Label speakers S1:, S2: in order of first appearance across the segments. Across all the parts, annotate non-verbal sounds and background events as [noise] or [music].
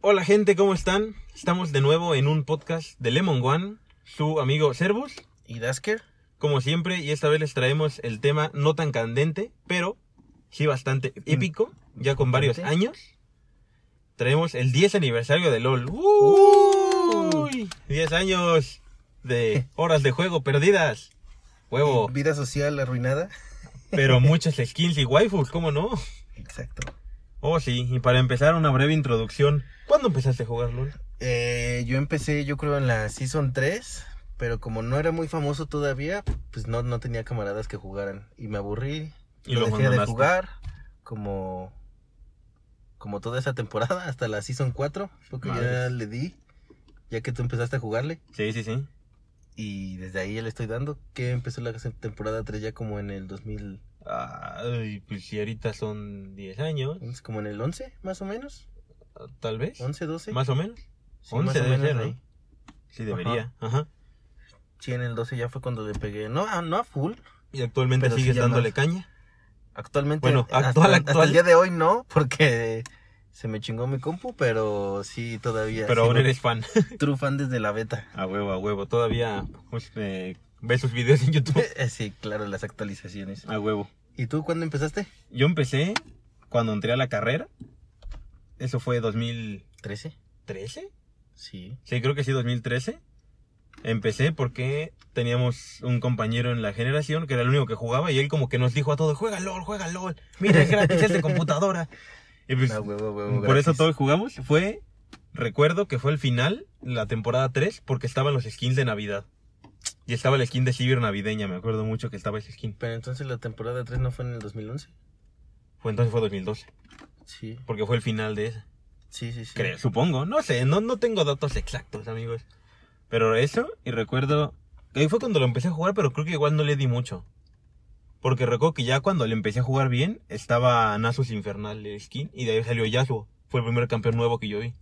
S1: Hola gente, ¿cómo están? Estamos de nuevo en un podcast de Lemon One, su amigo Servus,
S2: ¿Y Dasker?
S1: como siempre, y esta vez les traemos el tema no tan candente, pero sí bastante épico, ya con varios
S2: Mm. Candente.
S1: años. Traemos el 10 aniversario de LOL. ¡Uy! 10 años de horas de juego perdidas. Huevo,
S2: Vida social arruinada. [laughs]
S1: pero muchas skins y waifus, ¿cómo no?
S2: Exacto.
S1: Oh sí, y para empezar una breve introducción, ¿cuándo empezaste a jugar LOL?
S2: Eh, yo empecé, yo creo, en la Season 3, pero como no era muy famoso todavía, pues no, no tenía camaradas que jugaran. Y me aburrí.
S1: Y
S2: Y lo
S1: lo
S2: dejé de
S1: abandonaste.
S2: jugar, como, como toda esa temporada, hasta la Season 4, porque ya
S1: Madres.
S2: le di, ya que tú empezaste a jugarle.
S1: Sí, sí, sí.
S2: Y desde ahí ya le estoy dando, que empezó la temporada 3 ya como en el 2000,
S1: Ay, pues si ahorita son 10 años,
S2: como en el 11, más o menos.
S1: tal vez.
S2: 11, 12.
S1: Más o menos.
S2: Sí,
S1: 11 debe ser, ¿no?
S2: ahí.
S1: Sí, debería. Ajá.
S2: Sí, en el 12 ya fue cuando le pegué. No, a- no a full.
S1: Y actualmente
S2: Pero sí
S1: sigues
S2: ya
S1: dándole
S2: más.
S1: caña.
S2: Actualmente.
S1: Bueno,
S2: hasta-
S1: actual,
S2: hasta,
S1: actual.
S2: el día de hoy no, porque se me chingó mi compu, pero sí, todavía.
S1: Pero
S2: sigo
S1: aún
S2: [laughs]
S1: eres fan.
S2: True fan desde la beta. [laughs]
S1: A huevo, a huevo. Todavía pues, eh, ves sus videos en YouTube.
S2: Eh, sí, claro, las actualizaciones.
S1: [laughs] A huevo.
S2: ¿Y tú cuándo empezaste?
S1: Yo empecé cuando entré a la carrera. Eso fue 2013.
S2: ¿13? Sí.
S1: Sí, creo que sí, 2013. Empecé porque teníamos un compañero en la generación que era el único que jugaba y él como que nos dijo a todos, juega LOL, juega LOL, mira, es gratis, es de
S2: [laughs]
S1: computadora. Y pues,
S2: Ah, huevo, huevo,
S1: por eso
S2: gratis.
S1: todos jugamos. Fue, recuerdo que fue el final, la temporada 3, porque estaban los skins de Navidad. Y estaba el skin de Sibir navideña, me acuerdo mucho que estaba ese skin.
S2: Pero entonces la temporada 3 no fue en el 2011.
S1: Fue entonces fue 2012,
S2: Sí,
S1: porque fue el final de esa.
S2: sí, sí. sí.
S1: Creo, supongo, no sé, no, no tengo datos exactos, amigos. Pero eso, y recuerdo, ahí fue cuando lo empecé a jugar, pero creo que igual no le di mucho. Porque recuerdo que ya cuando le empecé a jugar bien, estaba Nasus Infernal el skin, y de ahí salió Yasuo. Fue el primer campeón nuevo que yo vi.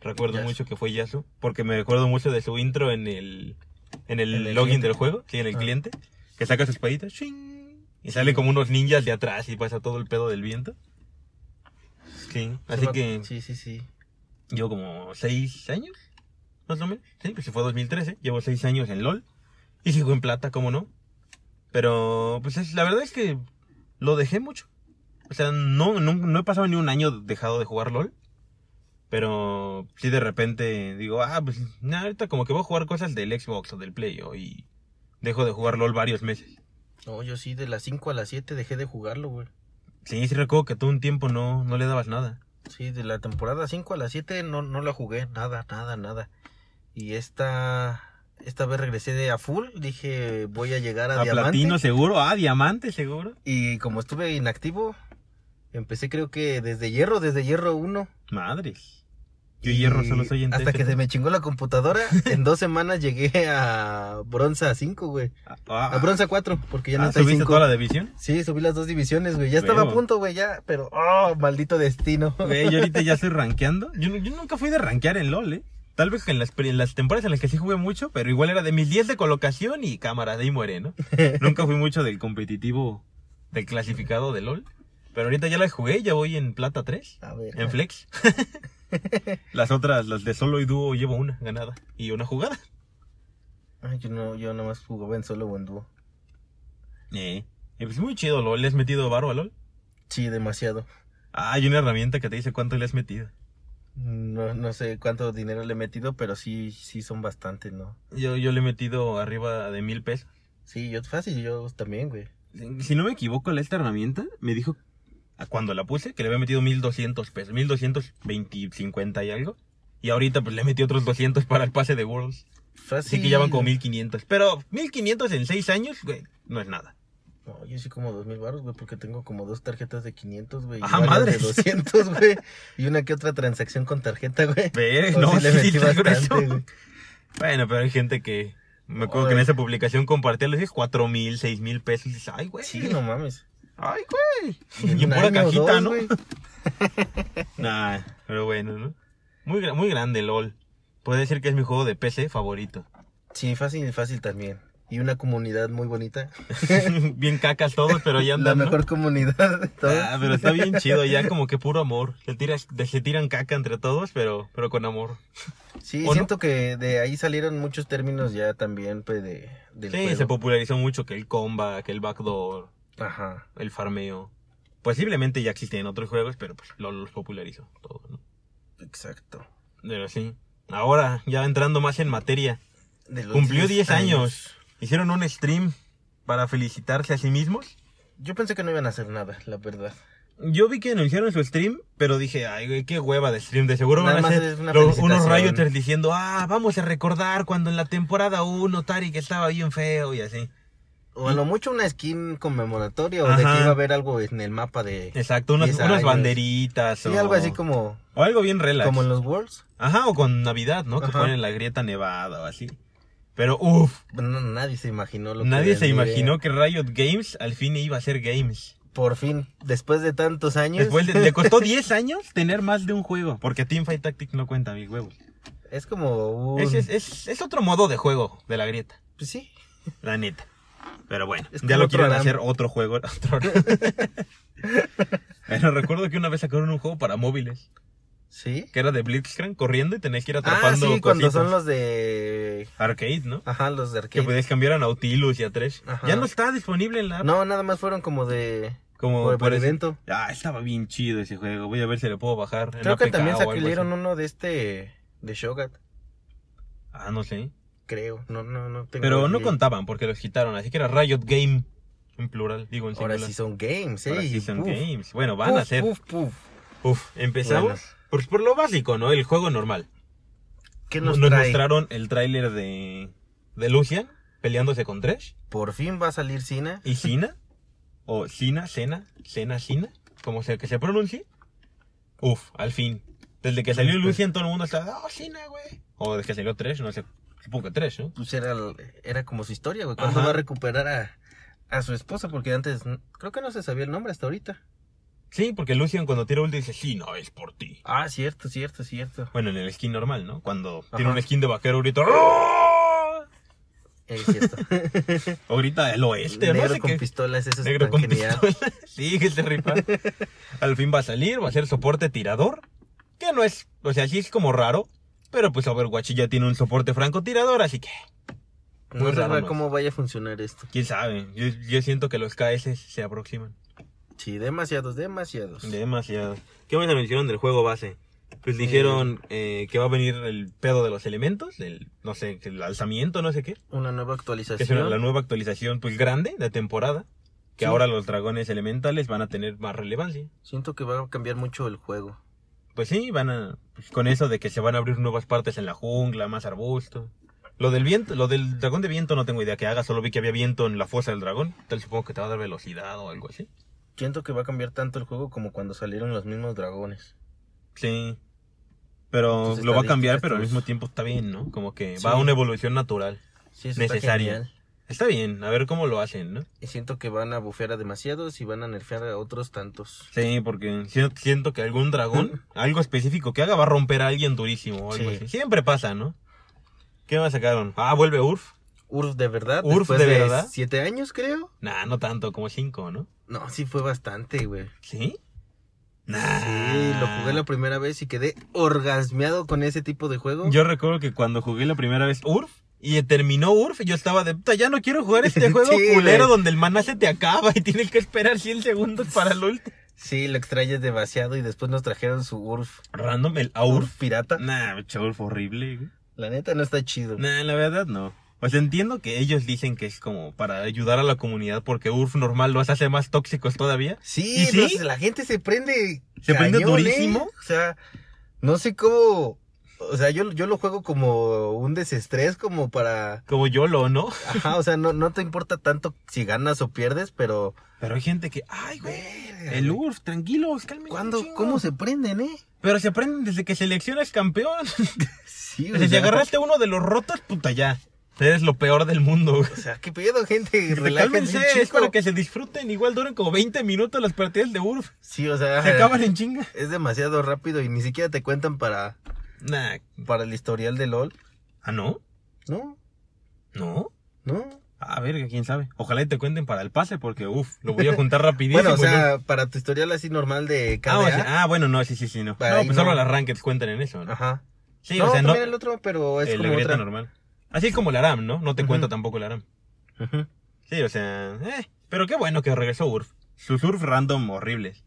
S1: Recuerdo
S2: Yasuo.
S1: mucho que fue Yasuo, porque me recuerdo mucho de su intro en el, en el,
S2: En el
S1: login
S2: cliente.
S1: del juego, sí, en el
S2: Ah.
S1: cliente, que saca su espadita, ¡shing! y sale como unos ninjas de atrás y pasa todo el pedo del viento. Sí,
S2: Sí,
S1: así
S2: me-
S1: que...
S2: Sí, sí, sí.
S1: Llevo como seis años, más o menos. Sí, pues se fue 2013. Llevo seis años en LOL. Y sigo en plata, cómo no. Pero, pues es- la verdad es que lo dejé mucho. O sea, no, no, no he pasado ni un año dejado de jugar LOL. Pero sí de repente digo, ah, pues nah, ahorita como que voy a jugar cosas del Xbox o del Play. o- y dejo de jugar LOL varios meses.
S2: No, yo sí, de las 5 a las 7 dejé de jugarlo, güey.
S1: Sí, sí recuerdo que todo un tiempo no, no le dabas nada.
S2: Sí, de la temporada 5 a la 7 no, no la jugué, nada, nada, nada. Y esta, esta vez regresé de a full, dije voy a llegar a,
S1: A
S2: diamante.
S1: platino seguro, a diamante seguro.
S2: Y como estuve inactivo, empecé creo que desde hierro, desde hierro 1.
S1: Madres. Yo hierro
S2: Y
S1: solo soy en
S2: Hasta que
S1: Tetris.
S2: se me chingó la computadora,
S1: [laughs]
S2: en dos semanas llegué a bronza 5, güey.
S1: Ah,
S2: A bronza 4, porque ya no
S1: ah,
S2: está
S1: ¿Subiste
S2: 5.
S1: toda la división?
S2: Sí, subí las dos divisiones, güey. Ya estaba
S1: Huevo.
S2: a punto, güey, ya. Pero, oh, maldito destino. [laughs]
S1: Güey, yo ahorita ya estoy rankeando. Yo, nu- yo nunca fui de rankear en LOL, ¿eh? Tal vez en las, pri- en las temporadas en las que sí jugué mucho, pero igual era de mis 10 de colocación y cámara, de ahí muere,
S2: [laughs]
S1: ¿no? nunca fui mucho del competitivo, del clasificado de LOL. Pero ahorita ya la jugué, ya voy en plata 3,
S2: A ver.
S1: en
S2: [laughs]
S1: flex. las otras, las de solo y dúo, llevo una ganada y una jugada.
S2: Ay, yo, no, yo nomás jugaba en solo o en dúo.
S1: Eh, y pues muy chido, LOL. ¿Le has metido varo a LOL?
S2: Sí, demasiado.
S1: Ah, hay una herramienta que te dice cuánto le has metido.
S2: No, no sé cuánto dinero le he metido, pero sí, sí son bastantes, ¿no?
S1: Yo, yo le he metido arriba de mil pesos.
S2: Sí, yo fácil, yo también, güey.
S1: Si no me equivoco, la- esta herramienta me dijo a Ah, cuando la puse que le había metido 1200 pesos, 1220, 50 y algo. Y ahorita pues le he metido otros 200 para el pase de Worlds.
S2: Fácil.
S1: Así que ya van como 1500. Pero 1500 en 6 años, güey, no es nada.
S2: No, yo sí como dos mil baros, güey, porque tengo como dos tarjetas de 500, güey. y
S1: Ah,
S2: varias
S1: madre.
S2: De 200, güey. Y una que otra transacción con tarjeta, güey.
S1: Ve, [laughs]
S2: O
S1: no,
S2: sí le
S1: sí,
S2: metí
S1: está
S2: bastante,
S1: grueso.
S2: güey.
S1: Bueno, pero hay gente que. Me acuerdo que en
S2: Ay.
S1: esa publicación compartía los 4 mil, 6 mil pesos. Y dices, ay, güey.
S2: Sí, no mames.
S1: Ay, güey. [laughs] Y en
S2: un
S1: pura
S2: año o
S1: cajita,
S2: dos,
S1: ¿no?
S2: güey.
S1: Nah, pero bueno, ¿no? Muy, gra-
S2: [laughs]
S1: muy grande, LOL. Puede decir que es mi juego de PC favorito.
S2: Sí, fácil, fácil también. y una comunidad muy bonita.
S1: Bien cacas todos, pero ya
S2: La
S1: andan. ¿no?
S2: mejor comunidad de todas.
S1: Ah, pero está bien chido, ya como que puro amor. Se, tiras- de- se tiran caca entre todos, pero, pero con amor.
S2: Sí,
S1: ¿o no?
S2: siento que de ahí salieron muchos términos ya también pues, de, del
S1: Sí,
S2: juego.
S1: se popularizó mucho que el comba, que el backdoor,
S2: Ajá.
S1: el farmeo. Posiblemente ya existían otros juegos, pero pues LOL los popularizó todo, ¿no?
S2: Exacto.
S1: Pero sí. Ahora, ya entrando más en materia.
S2: De los
S1: Cumplió 10 años. Hicieron un stream para felicitarse a sí mismos.
S2: Yo pensé que no iban a hacer nada, la verdad.
S1: Yo vi que anunciaron su stream, pero dije, ay, güey, qué hueva de stream. De seguro
S2: Nada
S1: van a
S2: más
S1: hacer
S2: es una
S1: lo- unos
S2: felicitación.
S1: rioters diciendo, ah, vamos a recordar cuando en la temporada 1 Tari que estaba bien feo y así.
S2: O a lo mucho una skin conmemoratoria o de
S1: Ajá.
S2: que iba a haber algo en el mapa de...
S1: Exacto, unas,
S2: 10
S1: unas
S2: años.
S1: banderitas
S2: Sí,
S1: o...
S2: algo así como,
S1: o algo bien relax.
S2: como en los Worlds.
S1: Ajá, o con Navidad, ¿no? Que
S2: Ajá.
S1: ponen la grieta nevada o así. Pero, uff,
S2: No, nadie se imaginó lo que
S1: nadie se
S2: vendría.
S1: imaginó que Riot Games al fin iba a ser games.
S2: Por fin, después de tantos años.
S1: Después de- le
S2: [laughs]
S1: costó 10 años tener más de un juego. Porque Teamfight Tactics no cuenta, mis huevos.
S2: Es como un...
S1: Es, es, es- es otro modo de juego de la grieta,
S2: pues sí.
S1: la neta. Pero bueno,
S2: Es
S1: ya
S2: como
S1: lo
S2: otro
S1: quieren
S2: Aram.
S1: hacer otro juego. [laughs] otro Aram. Pero recuerdo que una vez sacaron un juego para móviles.
S2: ¿Sí?
S1: Que era de Blitzcrank corriendo y tenés que ir
S2: Ah,
S1: atrapando
S2: sí, cuando
S1: cositas.
S2: son los de...
S1: Arcade, ¿no?
S2: Ajá, los de arcade.
S1: Que podías cambiar a Nautilus y a Thresh.
S2: Ajá.
S1: Ya no está disponible en la app.
S2: No, nada más fueron como de...
S1: Como
S2: por, por
S1: parece-
S2: evento.
S1: Ah, estaba bien chido ese juego. Voy a ver si le puedo bajar. en
S2: Creo que
S1: APK
S2: también
S1: o algo así.
S2: sacudieron uno de este... De Shogat,
S1: Ah, no sé.
S2: creo. No, no, no tengo...
S1: Pero no
S2: idea.
S1: contaban porque los quitaron, así que era Riot Game en plural, digo en
S2: Ahora
S1: singular.
S2: sí son games, ¿eh?
S1: Ahora sí
S2: y
S1: son
S2: puf,
S1: games. Bueno, van a
S2: puf,
S1: ser. Uf,
S2: puf, puf.
S1: empezamos
S2: Bueno.
S1: por, por lo básico, ¿no? El juego normal.
S2: ¿Qué nos,
S1: Nos
S2: trae?
S1: mostraron el tráiler de, de Lucian peleándose con Thresh
S2: Por fin va a salir Cina. [laughs]
S1: y Sina. o Sina, Sena, Sena, Sina, como sea que se pronuncie. Uf, al fin. Desde que salió Lucian todo el mundo estaba, oh, Sina, güey. O desde que salió Thresh, no sé, supongo que Thresh, ¿no?
S2: Pues era, era como su historia, güey. ¿Cuándo
S1: Ajá.
S2: va a recuperar a, a su esposa? Porque antes n- creo que no se sabía el nombre hasta ahorita.
S1: Sí, porque Lucian cuando tira ulti dice, Sina es por ti.
S2: Ah, cierto, cierto, cierto.
S1: Bueno, en el skin normal, ¿no? Cuando
S2: Ajá.
S1: tiene un skin de vaquero, grita. "¡Ah!", [laughs]
S2: Es cierto.
S1: O grita el oeste, o
S2: Negro
S1: Este, no sé
S2: con
S1: qué.
S2: pistolas, eso es
S1: Negro
S2: tan
S1: con
S2: genial.
S1: pistola. [laughs] sí, que se rifa. Al fin va a salir, va a ser soporte tirador. Que no es. O sea, sí es como raro. Pero pues Overwatch ya tiene un soporte francotirador, así que. Muy
S2: No se
S1: raro,
S2: sabe
S1: ¿no?
S2: cómo vaya a funcionar esto.
S1: Quién sabe. Yo, yo siento que los KS se aproximan.
S2: Sí, demasiados, demasiados.
S1: Demasiado. ¿Qué más mencionaron del juego base? Pues dijeron eh, que va a venir el pedo de los elementos, el, no sé, el alzamiento, no sé qué.
S2: Una
S1: que
S2: nueva
S1: es
S2: actualización.
S1: una- la nueva actualización pues grande de temporada que
S2: Sí.
S1: ahora los dragones elementales van a tener más relevancia
S2: Siento que va a cambiar mucho el juego.
S1: pues sí van a pues, con eso de que se van a abrir nuevas partes en la jungla más arbustos lo del viento lo del dragón de viento no tengo idea que haga solo vi que había viento en la fosa del dragón tal supongo que te va a dar velocidad o algo así
S2: Siento que va a cambiar tanto el juego como cuando salieron los mismos dragones.
S1: sí pero
S2: Entonces,
S1: lo va a cambiar
S2: estadísticas,
S1: pero al
S2: tus-
S1: mismo tiempo está bien no como que
S2: Sí.
S1: va a una evolución natural
S2: Sí, eso está
S1: Necesario.
S2: genial.
S1: está bien a ver cómo lo hacen no
S2: Y siento que van a bufear a demasiados y van a nerfear a otros tantos.
S1: Sí, porque siento, siento que algún dragón, algo específico que haga, va a romper a alguien durísimo o algo
S2: Sí.
S1: así. Siempre pasa, ¿no? ¿Qué más sacaron? Ah, vuelve Urf.
S2: Urf de verdad.
S1: Urf
S2: después
S1: de
S2: de,
S1: verdad.
S2: Siete años, creo.
S1: Nah, no tanto, como cinco, ¿no?
S2: No, sí fue bastante, güey.
S1: ¿Sí? Nah.
S2: Sí,
S1: Ah.
S2: lo jugué la primera vez y quedé orgasmeado con ese tipo de juego.
S1: Yo recuerdo que cuando jugué la primera vez Urf y terminó Urf, yo estaba de puta, ya no quiero jugar
S2: [laughs]
S1: este juego
S2: Sí,
S1: culero
S2: güey.
S1: donde el maná se te acaba y tienes que esperar 100 segundos para el último.
S2: Sí, lo extrañas demasiado y después nos trajeron su Urf.
S1: Random, el
S2: Urf
S1: Aurf.
S2: pirata.
S1: Nah, pinche Urf horrible, güey.
S2: La neta no está chido.
S1: Nah, la verdad no. O sea, entiendo que ellos dicen que es como para ayudar a la comunidad porque URF normal los hace más tóxicos todavía. ¿Y
S2: Sí,
S1: sí?
S2: entonces la gente se prende.
S1: Se prende
S2: cañón, ¿eh?
S1: durísimo.
S2: O sea, no sé cómo. O sea, yo, yo lo juego como un desestrés, como para.
S1: Como yo lo, ¿no?
S2: Ajá, o sea, no, no te importa tanto si ganas o pierdes, pero.
S1: Pero hay gente que, ay, güey,
S2: Verga,
S1: el
S2: güey.
S1: URF, tranquilos, cálmense. un
S2: ¿Cuándo?
S1: chingo".
S2: ¿Cómo se prenden, eh?
S1: Pero se aprenden desde que seleccionas campeón.
S2: Sí,
S1: Desde si
S2: sea,
S1: agarraste uno de los rotos, puta ya. Eres lo peor del mundo, güey.
S2: O sea, ¿qué pedo,
S1: [laughs]
S2: gente? Relájense
S1: Cálmense,
S2: un
S1: es
S2: chico.
S1: para que se disfruten. Igual duran como 20 minutos las partidas de URF.
S2: Sí, o sea,
S1: Se acaban en chinga.
S2: es demasiado rápido y ni siquiera te cuentan para,
S1: Nah.
S2: para el historial de LOL.
S1: ¿Ah, no?
S2: No,
S1: ¿No?
S2: no.
S1: Ah, verga, quién sabe. Ojalá y te cuenten para el pase, porque uff, lo voy a
S2: [laughs]
S1: juntar rapidísimo.
S2: bueno, o
S1: pues ¿no?
S2: sea, para tu historial así normal de
S1: ah,
S2: KDA.
S1: o sea, ah, bueno, no, sí, sí, sí, no.
S2: Para
S1: no,
S2: ahí
S1: pues
S2: no.
S1: solo las rankings cuentan en eso, ¿no?
S2: Ajá.
S1: Sí,
S2: no,
S1: o sea, no.
S2: también el otro, pero es
S1: eh, la
S2: como
S1: grieta
S2: otra.
S1: normal. Así es como la RAM, ¿no? No te
S2: Ujú.
S1: cuenta tampoco la RAM.
S2: Ujú.
S1: Sí, o sea, eh, pero qué bueno que regresó Urf. Sus Urf random horribles.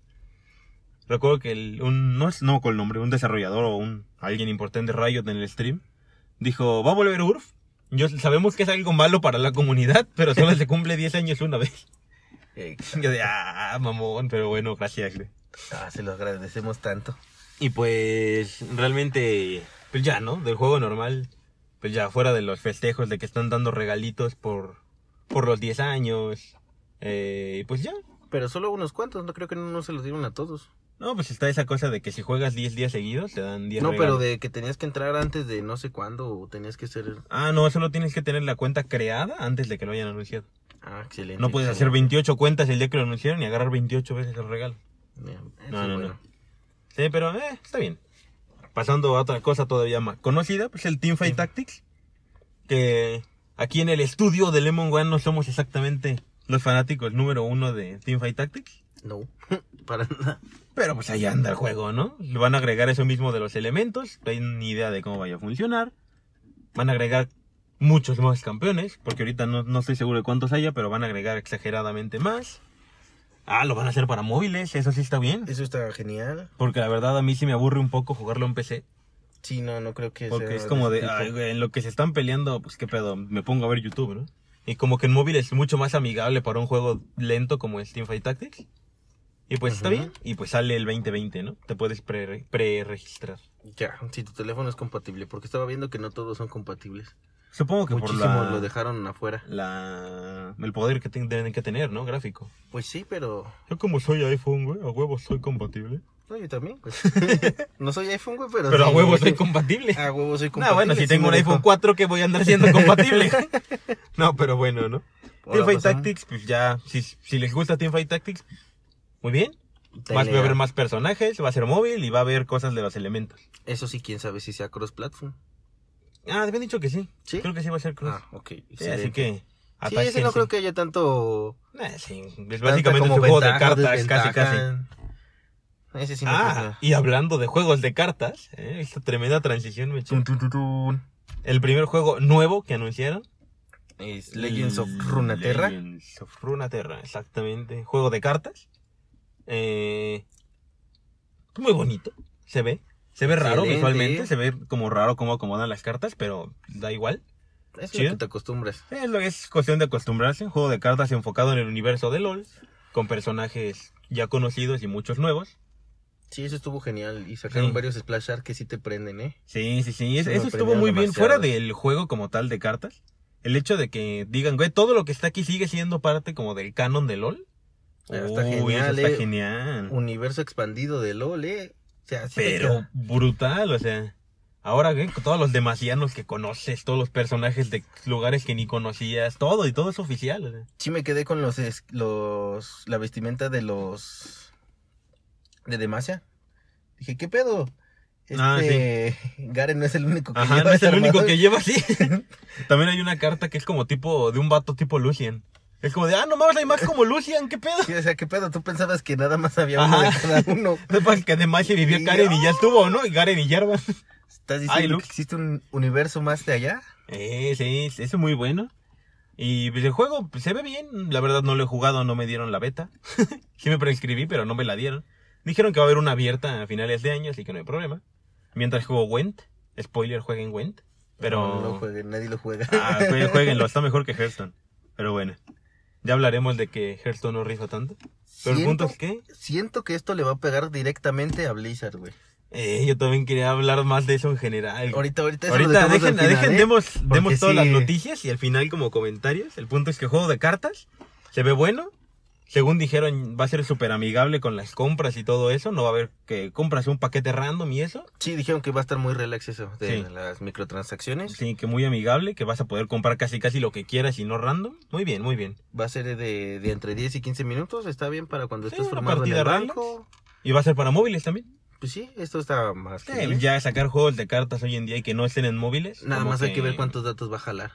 S1: Recuerdo que el, un, no es, no con el nombre, un desarrollador o un, alguien importante de Riot en el stream, dijo, ¿va a volver Urf? Yo, sabemos que es algo malo para la comunidad, pero solo se cumple 10 años una vez. [laughs]
S2: Eh,
S1: Yo de, ah, mamón, pero bueno, gracias. güey.
S2: ah, se lo agradecemos tanto.
S1: Y pues, realmente, pues ya, ¿no? Del juego normal, pues ya, fuera de los festejos de que están dando regalitos por, por los 10 años. Eh, pues ya,
S2: Pero solo unos cuantos, no creo que no, no se los dieron a todos.
S1: No, pues está esa cosa de que si juegas 10 días seguidos te dan 10
S2: No, pero
S1: regalos.
S2: de que tenías que entrar antes de no sé cuándo o tenías que ser...
S1: Ah, no, solo tienes que tener la cuenta creada antes de que lo hayan anunciado.
S2: Ah, excelente.
S1: No puedes hacer 28 cuentas el día que lo anunciaron y agarrar 28 veces el regalo. No,
S2: no,
S1: no, no. Sí, pero eh, está bien. Pasando a otra cosa todavía más conocida, pues el Teamfight
S2: Sí.
S1: Tactics. Que aquí en el estudio de Lemon One no somos exactamente los fanáticos número uno de Teamfight Tactics.
S2: no. No, [laughs] para nada.
S1: Pero pues ahí anda el juego, ¿no? Le van a agregar eso mismo de los elementos. No hay ni idea de cómo vaya a funcionar. Van a agregar muchos más campeones. Porque ahorita no, no estoy seguro de cuántos haya, pero van a agregar exageradamente más. Ah, lo van a hacer para móviles. Eso sí está bien.
S2: Eso está genial.
S1: Porque la verdad a mí sí me aburre un poco jugarlo en PC.
S2: Sí, no, no creo que sea
S1: Porque es como de,
S2: ese tipo.
S1: "Ay, güey, en lo que se están peleando, pues qué pedo, me pongo a ver YouTube, ¿no? Y como que en móvil es mucho más amigable para un juego lento como es Teamfight Tactics. Y pues está
S2: Ajá.
S1: bien, y pues sale el 2020, ¿no? Te puedes pre- pre-registrar.
S2: Ya, si tu teléfono es compatible, porque estaba viendo que no todos son compatibles.
S1: Supongo que
S2: Muchísimos
S1: por la,
S2: lo dejaron afuera.
S1: la- el poder que ten- tienen que tener, ¿no? Gráfico.
S2: Pues sí, pero...
S1: Yo como soy iPhone, güey, a huevo soy compatible.
S2: No, yo también,
S1: [laughs]
S2: pues. no soy iPhone, güey, pero...
S1: Pero a
S2: sí.
S1: huevo soy compatible.
S2: A huevo soy Ah, compatible.
S1: No, bueno, si
S2: sí
S1: tengo
S2: me
S1: un
S2: dejó.
S1: iPhone 4, que voy a andar siendo
S2: [laughs]
S1: compatible? no, pero bueno, ¿no?
S2: Ahora
S1: Teamfight
S2: pasamos.
S1: Tactics, pues ya, si, si les gusta Teamfight Tactics, muy bien. Más, va a
S2: Pelea.
S1: haber más personajes, va a ser móvil y va a haber cosas de los elementos.
S2: Eso sí, quién sabe si sea cross-platform.
S1: Ah, habían dicho que sí.
S2: ¿Sí?
S1: Creo que sí va a ser cross.
S2: Ah, ok.
S1: Sí, así
S2: excelente.
S1: que.
S2: Sí, ese no
S1: atáquense.
S2: creo que haya tanto...
S1: Nah, sí, es
S2: tanta
S1: básicamente es
S2: como
S1: un juego de
S2: ventaja,
S1: cartas, casi, casi.
S2: desventaja. Ese sí no
S1: Ah, y hablando de juegos de cartas, ¿eh? esta tremenda transición me echó. El primer juego nuevo que anunciaron.
S2: Es Legends of Runeterra.
S1: Mm, Legends of Runeterra, exactamente. Juego de cartas. Eh, muy bonito. Se ve. Se ve raro
S2: Excelente.
S1: visualmente. Se ve como raro cómo acomodan las cartas, pero da igual.
S2: Es
S1: Chido.
S2: lo que te acostumbras.
S1: Es, lo- es cuestión de acostumbrarse. Un juego de cartas enfocado en el universo de LOL. Con personajes ya conocidos y muchos nuevos.
S2: Sí, eso estuvo genial. Y sacaron
S1: Sí.
S2: varios Splash Art que sí te prenden, ¿eh?
S1: Sí, sí, sí. es-
S2: Sí, me
S1: eso estuvo
S2: prendieron
S1: muy bien.
S2: demasiado.
S1: Fuera del juego como tal de cartas. El hecho de que digan, güey, todo lo que está aquí sigue siendo parte como del canon de LOL.
S2: Ah,
S1: Uy,
S2: está
S1: eso
S2: genial,
S1: está
S2: eh.
S1: genial.
S2: [laughs] Universo expandido de LOL, ¿eh? O sea, sí te
S1: Pero
S2: queda.
S1: brutal, o sea. Ahora, güey, con todos los demasianos que conoces, todos los personajes de lugares que ni conocías, todo y todo es oficial. o sea.
S2: Sí me quedé con los, es- los... La vestimenta de los... De Demacia. Dije, ¿qué pedo? Este...
S1: Ah,
S2: Garen no es el único que
S1: Ajá,
S2: [laughs] lleva
S1: no es el
S2: esa
S1: único
S2: armadura.
S1: que lleva
S2: [laughs]
S1: así. [laughs] También hay una carta que es como tipo de un vato tipo Lucian. Es como de, ah, no mames, hay más como Lucian, qué pedo.
S2: Sí, o sea, ¿qué pedo? Tú pensabas que nada más había uno de
S1: Ajá.
S2: cada uno.
S1: Sepas pues, que además se vivió
S2: Sí.
S1: Garen y ya estuvo, ¿no? Y Garen y Jarvan.
S2: ¿Estás
S1: Ay,
S2: diciendo
S1: Luke.
S2: que existe un universo más de allá?
S1: Eh, sí, eso es muy bueno. Y pues, el juego pues, se ve bien. La verdad no lo he jugado, no me dieron la beta. [laughs] sí me prescribí, pero no me la dieron. Dijeron que va a haber una abierta a finales de año, así que no hay problema. Mientras juego Went. Spoiler, jueguen Went. Pero...
S2: No, no lo jueguen, nadie lo juega.
S1: Ah, jue- jueguenlo, está mejor que Hearthstone. Pero bueno. Ya hablaremos de que Hearthstone no rifa tanto.
S2: [laughs]
S1: Pero el punto
S2: siento,
S1: es que...
S2: siento que esto le va a pegar directamente a Blizzard, güey.
S1: eh, yo también quería hablar más de eso en general.
S2: Ahorita, ahorita, eso lo
S1: Ahorita
S2: dejamos al
S1: dejen,
S2: final,
S1: dejen,
S2: ¿eh?
S1: demos, demos
S2: Porque
S1: todas las
S2: sí.
S1: noticias y al final como comentarios. El punto es que juego de cartas se ve bueno. Según dijeron, va a ser súper amigable con las compras y todo eso. No va a haber que compras un paquete random y eso.
S2: Sí, dijeron que va a estar muy relax eso de
S1: Sí.
S2: las microtransacciones.
S1: Sí, que muy amigable, que vas a poder comprar casi casi lo que quieras y no random. Muy bien, muy bien.
S2: Va a ser de, de entre 10 y 15 minutos. Está bien para cuando
S1: Sí,
S2: estés
S1: una
S2: formado en
S1: partida
S2: el
S1: relax.
S2: banco.
S1: Y va a ser para móviles también. Eh,
S2: Pues sí, esto está más
S1: Sí,
S2: que bien.
S1: ya sacar juegos de cartas hoy en día y que no estén en móviles.
S2: Nada
S1: como
S2: más hay que ver cuántos datos va a jalar.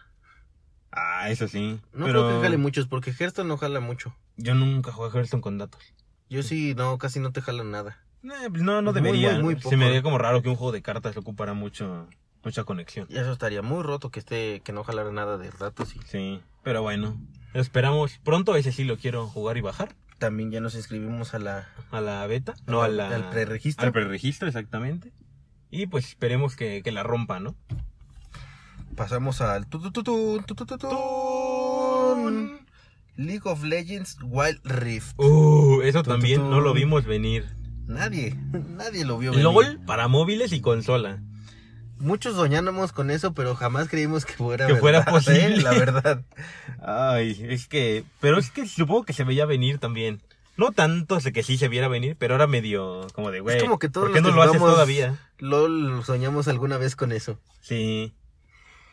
S1: Ah, eso sí.
S2: No
S1: pero
S2: creo que jale muchos, porque Hearthstone no jala mucho.
S1: yo nunca jugué a Hearthstone con datos.
S2: Yo sí, no, casi no te jalan nada.
S1: Eh, pues no, no
S2: Muy,
S1: debería.
S2: muy, muy
S1: Se
S2: poco.
S1: me haría como raro que un juego de cartas le ocupara mucho, mucha conexión.
S2: Y eso estaría muy roto que esté, que no jalara nada de datos y
S1: Sí, pero bueno. Esperamos. Pronto ese sí lo quiero jugar y bajar.
S2: también ya nos inscribimos a la
S1: A la beta. No, a la,
S2: al preregistro.
S1: al preregistro, exactamente. Y pues esperemos que, que la rompa, ¿no?
S2: Pasamos al tu- tu- tu- tu- tu- tu- tu- tun. League of Legends Wild Rift.
S1: Uh, eso
S2: Tu, tu,
S1: también
S2: tu.
S1: no lo vimos venir.
S2: Nadie, [laughs] nadie lo vio. venir.
S1: LOL para móviles y consola.
S2: Muchos soñábamos con eso, pero jamás creímos que fuera
S1: Que fuera
S2: verdad, ¿eh?
S1: posible.
S2: La verdad.
S1: Ay, es que. Pero es que supongo que se veía venir también. No tanto de que sí se viera venir, pero ahora medio como de, güey.
S2: como que todos
S1: ¿Por qué
S2: los
S1: no
S2: que
S1: lo haces
S2: jugamos-
S1: todavía?
S2: LOL soñamos alguna vez con eso.
S1: Sí.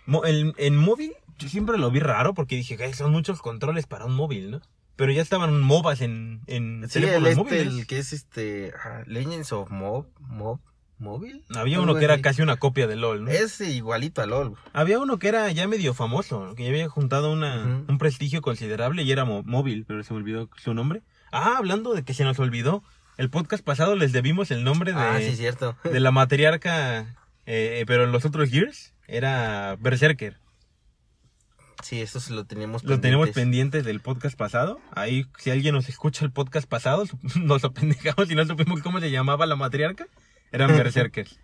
S1: Mo- el- en móvil, yo siempre lo vi raro porque dije, "Güey, son muchos controles para un móvil, ¿no? Pero ya estaban MOBAs en, en
S2: Sí, el,
S1: teléfonos
S2: este,
S1: móviles.
S2: el que es este ah, Legends of Mob, Mob, Móvil.
S1: Había
S2: Algo
S1: uno que era
S2: así.
S1: casi una copia de LOL, ¿no?
S2: Es igualito a LOL.
S1: Había uno que era ya medio famoso, ¿no? que ya había juntado una,
S2: Ujú.
S1: un prestigio considerable y era mo- móvil, pero se me olvidó su nombre. Ah, hablando de que se nos olvidó, el podcast pasado les debimos el nombre de,
S2: Ah, sí, cierto. [laughs]
S1: de la matriarca, eh, pero en los otros Gears era Berserker.
S2: Sí, eso se lo tenemos
S1: Lo tenemos
S2: pendientes.
S1: pendientes del podcast pasado. Ahí, si alguien nos escucha el podcast pasado, [laughs] nos apendejamos y no supimos cómo se llamaba la matriarca. [laughs] Eran berserkers.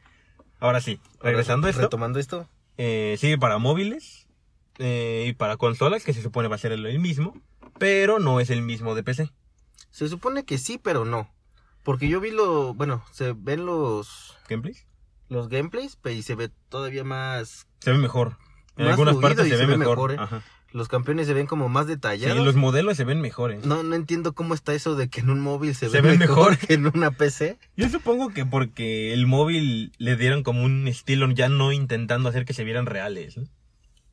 S1: Ahora sí, regresando a esto.
S2: Retomando esto.
S1: eh, sigue para móviles eh, y para consolas, que se supone va a ser el, el mismo, pero no es el mismo de PC.
S2: Se supone que sí, pero no. Porque yo vi lo. Bueno, se ven los.
S1: ¿Gameplays?
S2: Los gameplays pe- y se ve todavía más.
S1: Se ve mejor. En
S2: Más
S1: algunas
S2: fluido
S1: partes
S2: y
S1: se, ve mejor.
S2: eh.
S1: Ajá.
S2: Los campeones se ven como más
S1: Sí,
S2: detallados.
S1: los modelos se ven mejores.
S2: No, no entiendo cómo está eso de que en un móvil se,
S1: Se
S2: ve
S1: ve
S2: mejor,
S1: mejor.
S2: [laughs] que en una PC.
S1: Yo supongo que porque el móvil le dieron como un estilo ya no intentando hacer que se vieran reales. ¿no?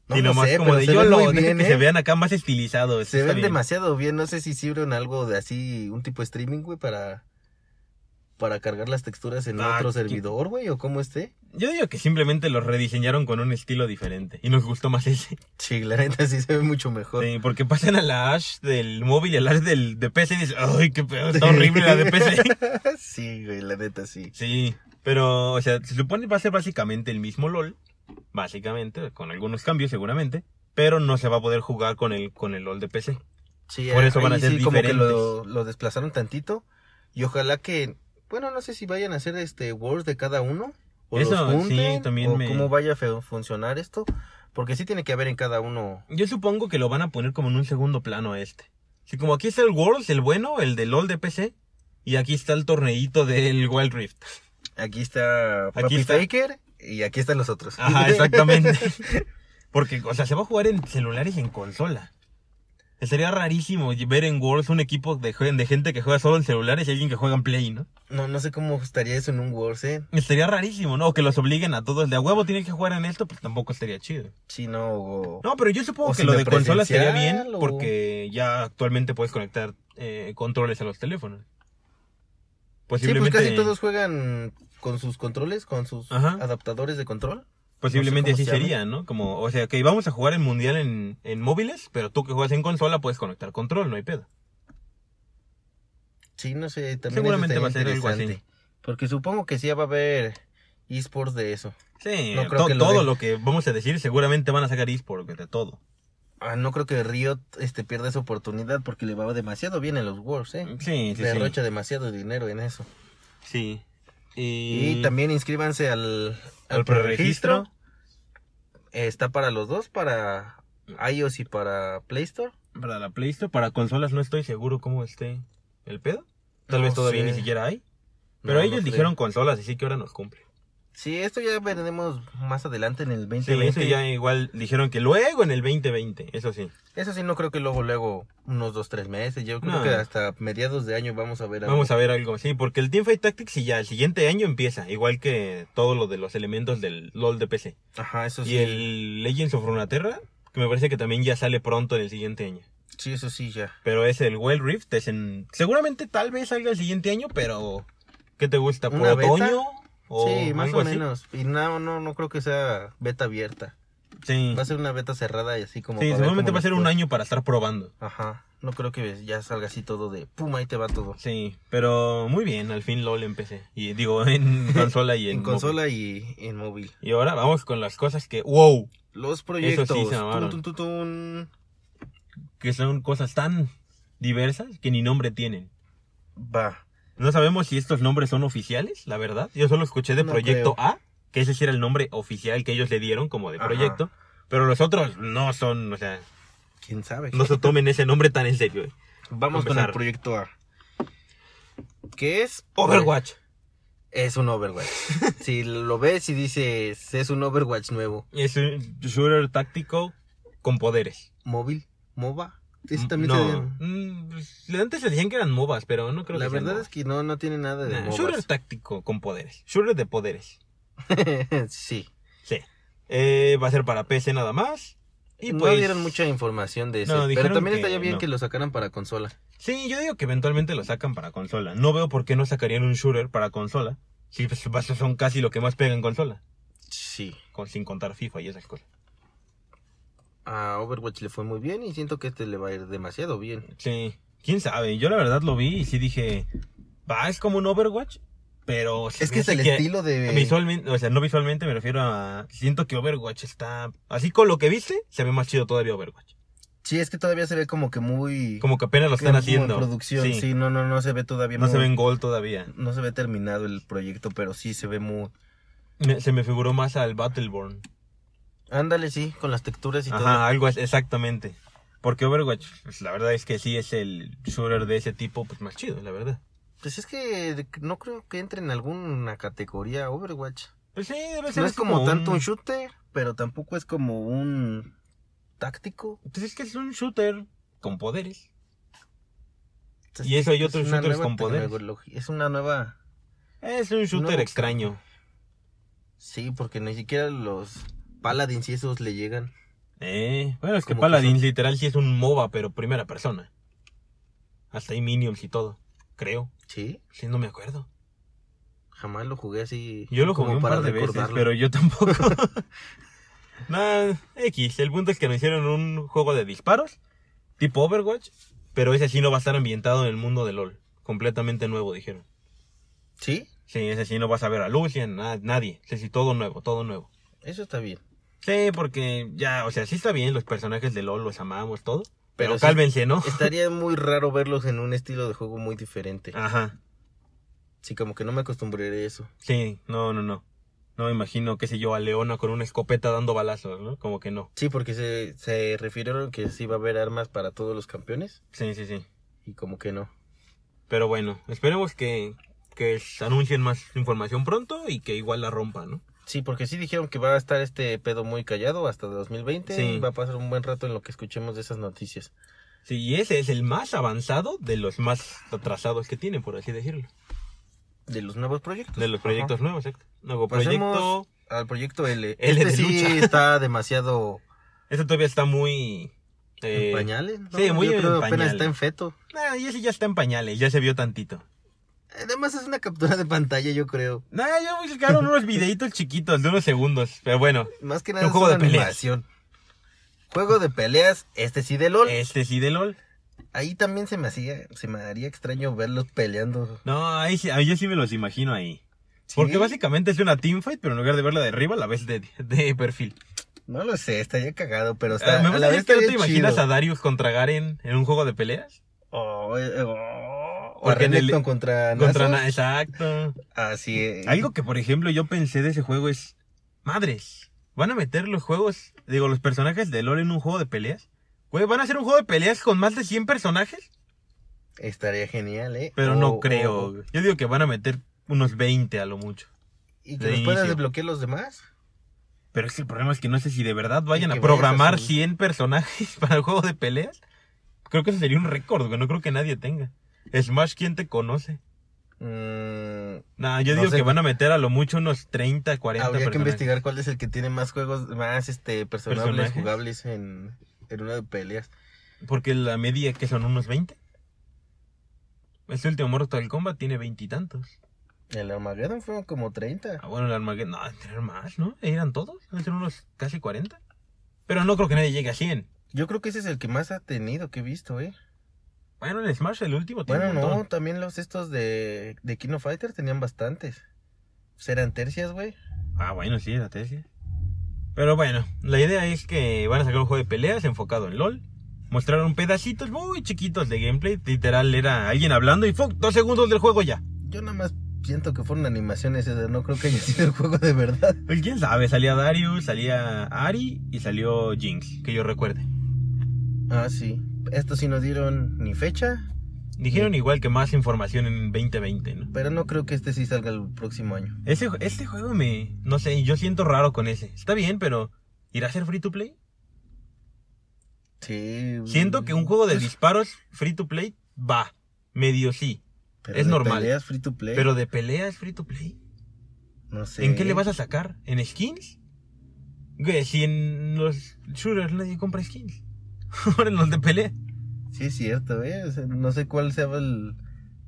S2: No,
S1: y
S2: lo
S1: nomás
S2: sé,
S1: como
S2: pero
S1: de
S2: se
S1: yo
S2: ven
S1: lo
S2: muy
S1: dejen
S2: bien,
S1: que
S2: ¿eh?
S1: se vean acá más estilizados.
S2: Se
S1: está
S2: ven
S1: bien.
S2: demasiado bien. No sé si sirven algo de así, un tipo streaming, güey, para. Para cargar las texturas en
S1: Ah,
S2: otro
S1: qué-
S2: servidor, güey, o cómo esté.
S1: Yo digo que simplemente los rediseñaron con un estilo diferente y nos gustó más ese.
S2: Sí, la neta sí se ve mucho mejor.
S1: Sí, porque pasan a la Ash del móvil y a la Ash del, de PC y dices, ¡ay, qué pedo! Está horrible la de
S2: [laughs]
S1: PC.
S2: [laughs] sí, güey, la neta sí.
S1: Sí, pero, o sea, se supone va a ser básicamente el mismo LOL. Básicamente, con algunos cambios seguramente. Pero no se va a poder jugar con el, con el LOL de PC.
S2: Sí, eh,
S1: Por eso van a
S2: ahí
S1: ser
S2: como que lo,
S1: diferentes.
S2: lo desplazaron tantito. Y ojalá que, bueno, no sé si vayan a hacer este Worlds de cada uno. O
S1: Eso,
S2: los
S1: sí,
S2: junten,
S1: también
S2: o
S1: me-
S2: cómo vaya a fe- funcionar esto. Porque sí tiene que haber en cada uno.
S1: Yo supongo que lo van a poner como en un segundo plano a este. Si como aquí está el Worlds, el bueno, el de LOL de PC, y aquí está el torneito del Wild Rift.
S2: Aquí está
S1: Aquí
S2: Papi
S1: está.
S2: Faker y aquí están los otros.
S1: Ajá,
S2: [laughs]
S1: exactamente. Porque, o sea, se va a jugar en celulares y en consola. Sería rarísimo ver en Worlds un equipo de, jue- de gente que juega solo en celulares y alguien que juega en Play, ¿no?
S2: no, no sé cómo estaría eso en un Worlds, ¿eh?
S1: Sería rarísimo, ¿no? O que los obliguen a todos de a huevo tienen que jugar en esto, pues tampoco estaría chido.
S2: Sí, no. o-
S1: No, pero yo supongo
S2: O
S1: que lo de consola estaría
S2: semipresencial,
S1: bien
S2: o-
S1: porque ya actualmente puedes conectar eh, controles a los teléfonos.
S2: Sí, pues
S1: Posiblemente,
S2: casi todos juegan con sus controles, con sus
S1: Ajá.
S2: adaptadores de control.
S1: posiblemente
S2: no sé
S1: así
S2: cómo se
S1: sería, ¿no? Como, o sea, que vamos a jugar el mundial en, en móviles, pero tú que juegas en consola puedes conectar control, no hay pedo.
S2: Sí, no sé, también
S1: Seguramente
S2: eso
S1: va a
S2: estaría
S1: ser algo así.
S2: interesante, Porque supongo que sí ya va a haber esports de eso.
S1: Sí,
S2: No creo
S1: to-
S2: que lo
S1: todo
S2: den.
S1: lo que vamos a decir seguramente van a sacar eSport de todo.
S2: Ah, no creo que Riot este, pierda esa oportunidad porque le va demasiado bien en los Worlds, ¿eh?
S1: Sí, sí, sí.
S2: Derrocha demasiado dinero en eso.
S1: Sí.
S2: Y,
S1: Y,
S2: también inscríbanse al,
S1: al preregistro.
S2: Eh, Está para los dos, para iOS y para Play Store.
S1: Para la Play Store, para consolas no estoy seguro cómo esté el pedo. Tal
S2: No
S1: vez todavía ni
S2: sé.
S1: siquiera hay. Pero
S2: No,
S1: ellos
S2: no creo.
S1: dijeron consolas, así que ahora nos cumple.
S2: Sí, esto ya veremos más adelante en el
S1: Sí,
S2: 2020.
S1: eso ya igual dijeron que luego en el 2020, eso sí.
S2: Eso sí, no creo que luego, luego, unos dos, tres meses. Yo creo
S1: No.
S2: que hasta mediados de año vamos a ver algo.
S1: Vamos a ver algo, sí, porque el Teamfight Tactics sí ya el siguiente año empieza, igual que todo lo de los elementos del LOL de PC.
S2: Ajá, eso sí.
S1: Y el Legends of Runeterra, que me parece que también ya sale pronto en el siguiente año.
S2: Sí, eso sí, ya.
S1: Pero es el Well Rift, es en... Seguramente tal vez salga el siguiente año, pero... ¿Qué te gusta? ¿Por
S2: ¿Una beta?
S1: otoño? O
S2: sí, más
S1: algo
S2: o
S1: así?
S2: menos. Y no, no, no creo que sea beta abierta.
S1: Sí,
S2: Va a ser una beta cerrada y así como.
S1: Mm. sí
S2: para ver
S1: seguramente
S2: cómo
S1: va a
S2: nos
S1: ser
S2: fue.
S1: un año para estar probando.
S2: Ajá. No creo que ya salga así todo de pum, ahí te va todo.
S1: Sí, pero muy bien, al fin LOL empecé. Y digo, [laughs] en consola y en.
S2: En,
S1: móvil.
S2: consola y en móvil.
S1: Y ahora vamos con las cosas que, wow,
S2: Los
S1: Eso sí
S2: proyectos.
S1: se
S2: Tun,
S1: mamaron.
S2: tun, tun, tun.
S1: que son cosas tan diversas que ni nombre tienen.
S2: Va.
S1: No sabemos si estos nombres son oficiales, la verdad. Yo solo escuché de
S2: No
S1: Proyecto
S2: creo.
S1: A, que ese sí era el nombre oficial que ellos le dieron como de
S2: Ajá.
S1: proyecto. Pero los otros no son, o sea,
S2: ¿Quién sabe?
S1: no se tomen ese nombre tan en serio. eh.
S2: Vamos con
S1: Empezar.
S2: el proyecto A. ¿Qué es?
S1: Overwatch.
S2: Es
S1: [laughs]
S2: un Overwatch. si lo ves y dices, es un Overwatch nuevo.
S1: Es un shooter táctico con poderes.
S2: Móvil, MOBA. Ese también
S1: no.
S2: se llama.
S1: Mm, pues, antes se decían que eran MOBAs, pero no creo
S2: La
S1: que sean
S2: verdad
S1: MOBAs.
S2: es que no, no tiene nada de
S1: Nah, shooter
S2: MOBAs.
S1: táctico con poderes. Shooter de poderes.
S2: [laughs] sí.
S1: Sí. Eh, va a ser para PC nada más. Y
S2: no
S1: pues,
S2: dieron mucha información de ese.
S1: No,
S2: pero
S1: dijeron
S2: también
S1: que
S2: estaría bien
S1: no.
S2: que lo sacaran para consola.
S1: Sí, yo digo que eventualmente lo sacan para consola. No veo por qué no sacarían un shooter para consola. Si pues, vas- son casi lo que más pega en consola.
S2: Sí.
S1: Con, sin contar FIFA y esas cosas.
S2: A Overwatch le fue muy bien y siento que este le va a ir demasiado bien.
S1: Sí. ¿Quién sabe? Yo la verdad lo vi y sí dije... Va, es como un Overwatch, pero... se
S2: Es
S1: me
S2: que es
S1: hace
S2: el estilo de...
S1: Visualmente, o sea, no visualmente, me refiero a... Siento que Overwatch está... Así con lo que viste, se ve más chido todavía Overwatch.
S2: Sí, es que todavía se ve como que muy...
S1: Como que apenas lo están
S2: como
S1: haciendo.
S2: en producción, sí.
S1: sí.
S2: no, no, no se ve todavía
S1: No
S2: muy-
S1: se ven gol todavía.
S2: No se ve terminado el proyecto, pero sí se ve muy...
S1: Me- se me figuró más al Battleborn.
S2: Ándale, sí, con las texturas y todo.
S1: Ajá, algo as- exactamente. Porque Overwatch, pues, la verdad es que sí es el shooter de ese tipo pues más chido, la verdad.
S2: Pues es que no creo que entre en alguna categoría Overwatch.
S1: Pues sí, debe ser
S2: No es
S1: así
S2: como, tanto un...
S1: shooter.
S2: shooter, pero tampoco es como un táctico.
S1: Pues es que es un shooter con poderes.
S2: Es-
S1: Y eso hay
S2: es
S1: otros
S2: una
S1: shooters
S2: nueva
S1: con poderes.
S2: tecnología, Es una nueva...
S1: Es un shooter
S2: No.
S1: extraño.
S2: Sí, porque ni siquiera los paladins y esos le llegan.
S1: Eh, bueno, es que
S2: Como que
S1: Paladins literal sí es un MOBA, pero primera persona. Hasta hay minions y todo. Creo.
S2: Sí,
S1: Sí, no me acuerdo.
S2: jamás lo jugué así.
S1: Yo lo
S2: como
S1: jugué un par de veces, pero yo tampoco.
S2: [laughs]
S1: Nada, X. El punto es que nos hicieron un juego de disparos, tipo Overwatch, pero ese sí no va a estar ambientado en el mundo de LOL. Completamente nuevo, dijeron.
S2: Sí,
S1: Sí, ese sí no vas a ver a Lucian, a nadie. Sí, sí, todo nuevo, todo nuevo.
S2: eso está bien.
S1: Sí, porque ya, o sea, sí está bien, los personajes de LOL los amamos, todo. Pero,
S2: Pero sí-
S1: cálmense, ¿no?
S2: Estaría [laughs] muy raro verlos en un estilo de juego muy diferente.
S1: Ajá.
S2: Sí, como que no me acostumbraré a eso.
S1: Sí, no, no, no. No me imagino, qué sé yo, a Leona con una escopeta dando balazos, ¿no? Como que no.
S2: Sí, porque se, se refirieron que sí va a haber armas para todos los campeones
S1: Sí, sí, sí.
S2: y como que no.
S1: Pero bueno, esperemos que, que s- anuncien más información pronto y que igual la rompan, ¿no?
S2: Sí, porque sí dijeron que va a estar este pedo muy callado hasta 2020
S1: Sí.
S2: y va a pasar un buen rato en lo que escuchemos de esas noticias.
S1: Sí, y ese es el más avanzado de los más atrasados que tienen, por así decirlo.
S2: De los nuevos proyectos.
S1: De los
S2: Ajá. Pues
S1: proyectos nuevos, exacto. Nuevo
S2: Pasemos
S1: proyecto.
S2: al proyecto L.
S1: L
S2: este
S1: de
S2: sí
S1: lucha.
S2: está demasiado
S1: Este todavía está muy. [laughs] eh,
S2: en pañales. ¿no?
S1: sí, muy
S2: Yo
S1: en
S2: creo apenas
S1: pañales.
S2: está en feto.
S1: nah, y ese ya está en pañales, ya se vio tantito.
S2: Además es una captura de pantalla, yo creo.
S1: Nah, ya
S2: [laughs]
S1: buscaron unos videitos chiquitos de unos segundos. Pero bueno,
S2: Más que nada
S1: Un juego
S2: es una
S1: de peleas.
S2: animación. Juego de peleas, este sí de LOL.
S1: este sí de LOL.
S2: Ahí también se me hacía, se me haría extraño verlos peleando.
S1: No, ahí sí, ahí yo sí me los imagino ahí. Porque
S2: Sí.
S1: básicamente es una teamfight, pero en lugar de verla de arriba, la ves de- de perfil.
S2: No lo sé, estaría cagado, pero
S1: Ah,
S2: está,
S1: me
S2: a
S1: gusta
S2: la vez
S1: que no te
S2: estaría
S1: imaginas
S2: chido.
S1: a Darius contra Garen en un juego de peleas.
S2: O- eh, o- o
S1: Porque en el-
S2: Renekton contra
S1: Contra
S2: Nasus.
S1: na- Exacto.
S2: Así es.
S1: Algo que, por ejemplo, yo pensé de ese juego es. Madres, van a meter los juegos, digo, los personajes de LOL en un juego de peleas. Güey, van a hacer un juego de peleas con más de 100 personajes.
S2: Estaría genial, ¿eh?
S1: Pero
S2: O-
S1: no
S2: o-
S1: creo. güey. Yo digo que van a meter unos 20 a lo mucho.
S2: ¿Y que
S1: de
S2: los puedas
S1: inicio.
S2: desbloquear los demás?
S1: Pero es que el problema es que no sé si de verdad vayan
S2: que
S1: a
S2: vayas a
S1: programar
S2: su-
S1: 100 personajes [laughs] para el juego de peleas. Creo que eso sería un récord, güey. No creo que nadie tenga. Smash, ¿quién te conoce?
S2: Mm,
S1: Nah, yo
S2: No
S1: digo
S2: sé.
S1: que van a meter a lo mucho unos 30, 40
S2: Habría que
S1: personajes.
S2: investigar cuál es el que tiene más juegos, más este personajes,
S1: Personajes.
S2: jugables en, en una de peleas.
S1: Porque la media que son unos 20. Este último Mortal Kombat tiene veintitantos.
S2: El Armageddon fueron como 30.
S1: Ah, bueno, el Armageddon. No, tener más, ¿no? Eran todos. Deben ser unos casi 40. Pero no creo que nadie llegue a 100.
S2: Yo creo que ese es el que más ha tenido que he visto, ¿eh?
S1: Bueno, el Smash, el último, tiene
S2: Bueno,
S1: un
S2: no,
S1: montón.
S2: también los estos de, de Kino Fighter tenían bastantes. Pues eran tercias, güey.
S1: Ah, bueno, sí, la tesis. Pero bueno, la idea es que van a sacar un juego de peleas enfocado en LOL. Mostraron pedacitos muy chiquitos de gameplay. Literal, era alguien hablando y ¡fuck! Dos segundos del juego ya.
S2: Yo nada más siento que fueron animaciones esas, no creo que haya [laughs] sido el juego de verdad.
S1: Pues quién sabe, salía Darius, salía Ari y salió Jinx, que yo recuerde.
S2: Ah, sí. Estos sí no dieron ni fecha,
S1: Dijeron igual que más información en 2020, ¿no?
S2: pero no creo que este sí salga el próximo año.
S1: Ese, este juego me. No sé, yo siento raro con ese. Está bien, pero. ¿Irá a ser free to play?
S2: Sí. güey.
S1: Siento que un juego de
S2: Pues,
S1: disparos free to play va. Medio sí.
S2: pero
S1: es
S2: de
S1: normal.
S2: peleas free to play.
S1: Pero de peleas free to play.
S2: no sé.
S1: ¿En qué le vas a sacar? ¿En skins? Güey, si en los shooters nadie compra skins. [laughs] Ahora en los de pelea.
S2: Sí, es cierto, ¿eh? O sea, no sé cuál sea el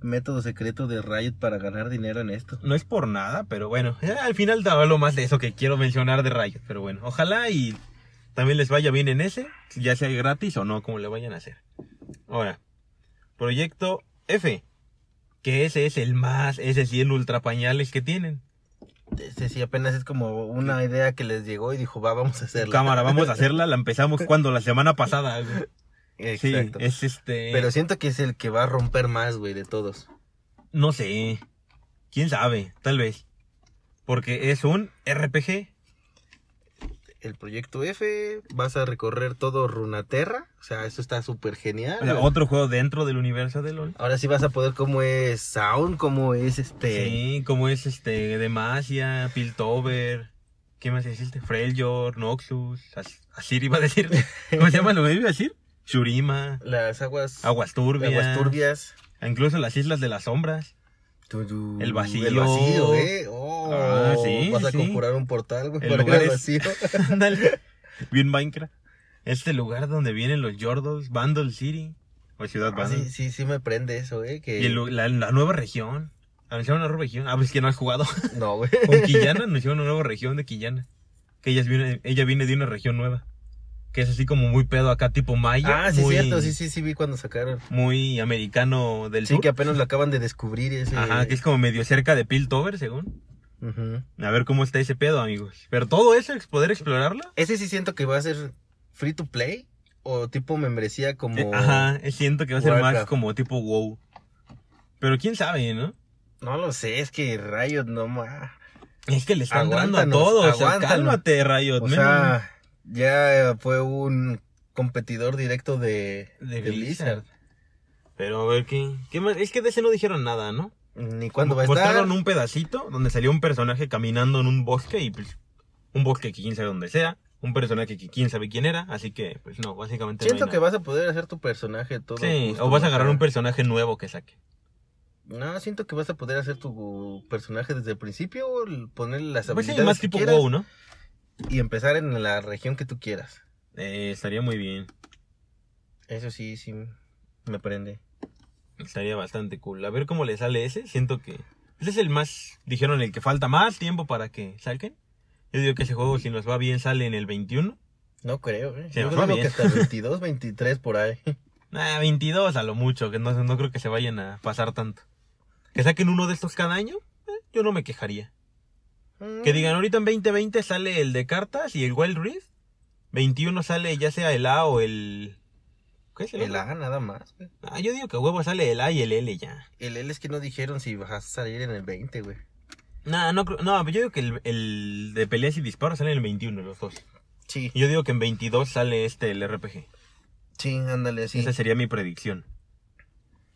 S2: método secreto de Riot para ganar dinero en esto.
S1: No es por nada, pero bueno. [laughs] ya al final te hablo más de eso que quiero mencionar de Riot. Pero bueno, ojalá y también les vaya bien en ese. Ya sea gratis o no, como le vayan a hacer. Ahora, proyecto F. Que ese es el más, ese sí, el ultra pañales que tienen.
S2: Este sí, apenas es como una idea que les llegó y dijo, va, vamos a hacerla.
S1: Cámara, vamos
S2: [laughs]
S1: a hacerla. La empezamos cuando, la semana pasada. güey. Sí,
S2: Exacto.
S1: es este.
S2: Pero siento que es el que va a romper más, güey, de todos.
S1: No sé. ¿Quién sabe? Tal vez. Porque es un RPG.
S2: El proyecto F, vas a recorrer todo Runaterra. O sea, eso está súper genial.
S1: o sea,
S2: güey.
S1: otro juego dentro del universo de LOL.
S2: Ahora sí vas a poder cómo es Sound, cómo es este...
S1: Sí, como es este Demacia, Piltover. ¿Qué más existe? Freljord, Noxus. As- Asir iba a
S2: [laughs]
S1: decir. ¿Cómo se llama lo que iba a decir? Shurima,
S2: Las aguas...
S1: Aguas Turbias.
S2: aguas turbias.
S1: Incluso las Islas de las
S2: [laughs]
S1: Sombras.
S2: Tu, tu,
S1: El vacío.
S2: El vacío, ¿eh? Oh,
S1: Ah, sí,
S2: Vas a
S1: sí.
S2: conjurar un portal, güey,
S1: El
S2: para ir
S1: lugar
S2: al
S1: es-
S2: vacío.
S1: Ándale. Bien Minecraft. Este lugar donde vienen los Jordos, Vandal City. O Ciudad
S2: Ah,
S1: Vandal.
S2: sí, sí, sí me prende eso, ¿eh? Que...
S1: Y el lu- la, la nueva región. Anunciaron una nueva región. Ah, pues que no has jugado.
S2: No, güey.
S1: Con Quillana anunciaron una nueva región de Quillana. Que ella viene, ella viene de una región nueva. Que es así como muy pedo acá, tipo maya.
S2: Ah, sí,
S1: muy,
S2: cierto, sí, sí, sí, vi cuando sacaron.
S1: Muy americano del
S2: Sí,
S1: sur.
S2: que apenas lo acaban de descubrir ese.
S1: Ajá, que es como medio cerca de Piltover, según.
S2: Ujú.
S1: A ver cómo está ese pedo, amigos. Pero todo eso, ex- poder explorarla.
S2: Ese sí siento que va a ser free to play o tipo membresía como.
S1: eh, ajá, eh, siento que va a ser más
S2: Warcraft.
S1: como tipo wow. Pero quién sabe, ¿no?
S2: No lo sé, es que Riot no ma.
S1: Es que le están dando a
S2: Aguántanos,
S1: todos. o sea,
S2: aguántanos.
S1: cálmate, Riot.
S2: O
S1: men.
S2: sea, ya fue un competidor directo de,
S1: De
S2: de
S1: Blizzard. Pero a ver qué. qué más? Es que de ese no dijeron nada, ¿no?
S2: Ni cuándo va a estar.
S1: Mostraron un pedacito donde salió un personaje caminando en un bosque y pues. Un bosque que quién sabe dónde sea. Un personaje que quién sabe quién era. Así que, pues no, básicamente. no
S2: Siento
S1: hay
S2: que
S1: nada.
S2: vas a poder hacer tu personaje todo.
S1: Sí,
S2: justo,
S1: o vas a
S2: ¿no?
S1: agarrar un personaje nuevo que saque.
S2: No, siento que vas a poder hacer tu personaje desde el principio, ponerle las
S1: Pues sí,
S2: habilidades
S1: más
S2: que
S1: tipo
S2: quieras
S1: WoW, ¿no?
S2: y empezar en la región que tú quieras.
S1: Eh, estaría muy bien.
S2: Eso sí, sí, me prende.
S1: Estaría bastante cool. A ver cómo le sale ese. Siento que. Ese es el más. Dijeron el que falta más tiempo para que salgan. Yo digo que ese juego, si nos va bien, sale en el 21.
S2: No creo, ¿eh?
S1: Sí,
S2: Yo
S1: nos
S2: creo
S1: va bien. [laughs]
S2: que hasta 22, 23 por ahí.
S1: Ah, 22 a lo mucho, que no, no creo que se vayan a pasar tanto. Que saquen uno de estos cada año, eh, yo no me quejaría. Que digan, ahorita en 2020 sale el de cartas y el Wild Rift. 21 sale ya sea el A o el... ¿Qué es el,
S2: El
S1: otro?
S2: A nada más. güey.
S1: Ah, yo digo que a huevo sale el A y el L ya.
S2: El L es que no dijeron si vas a salir en el 20, güey.
S1: Nah, no, creo- no, yo digo que el, el de peleas y disparos sale en el 21, los dos.
S2: Sí,
S1: Y Yo digo que en 22 sale este, el RPG.
S2: sí, ándale, sí.
S1: Esa sería mi predicción.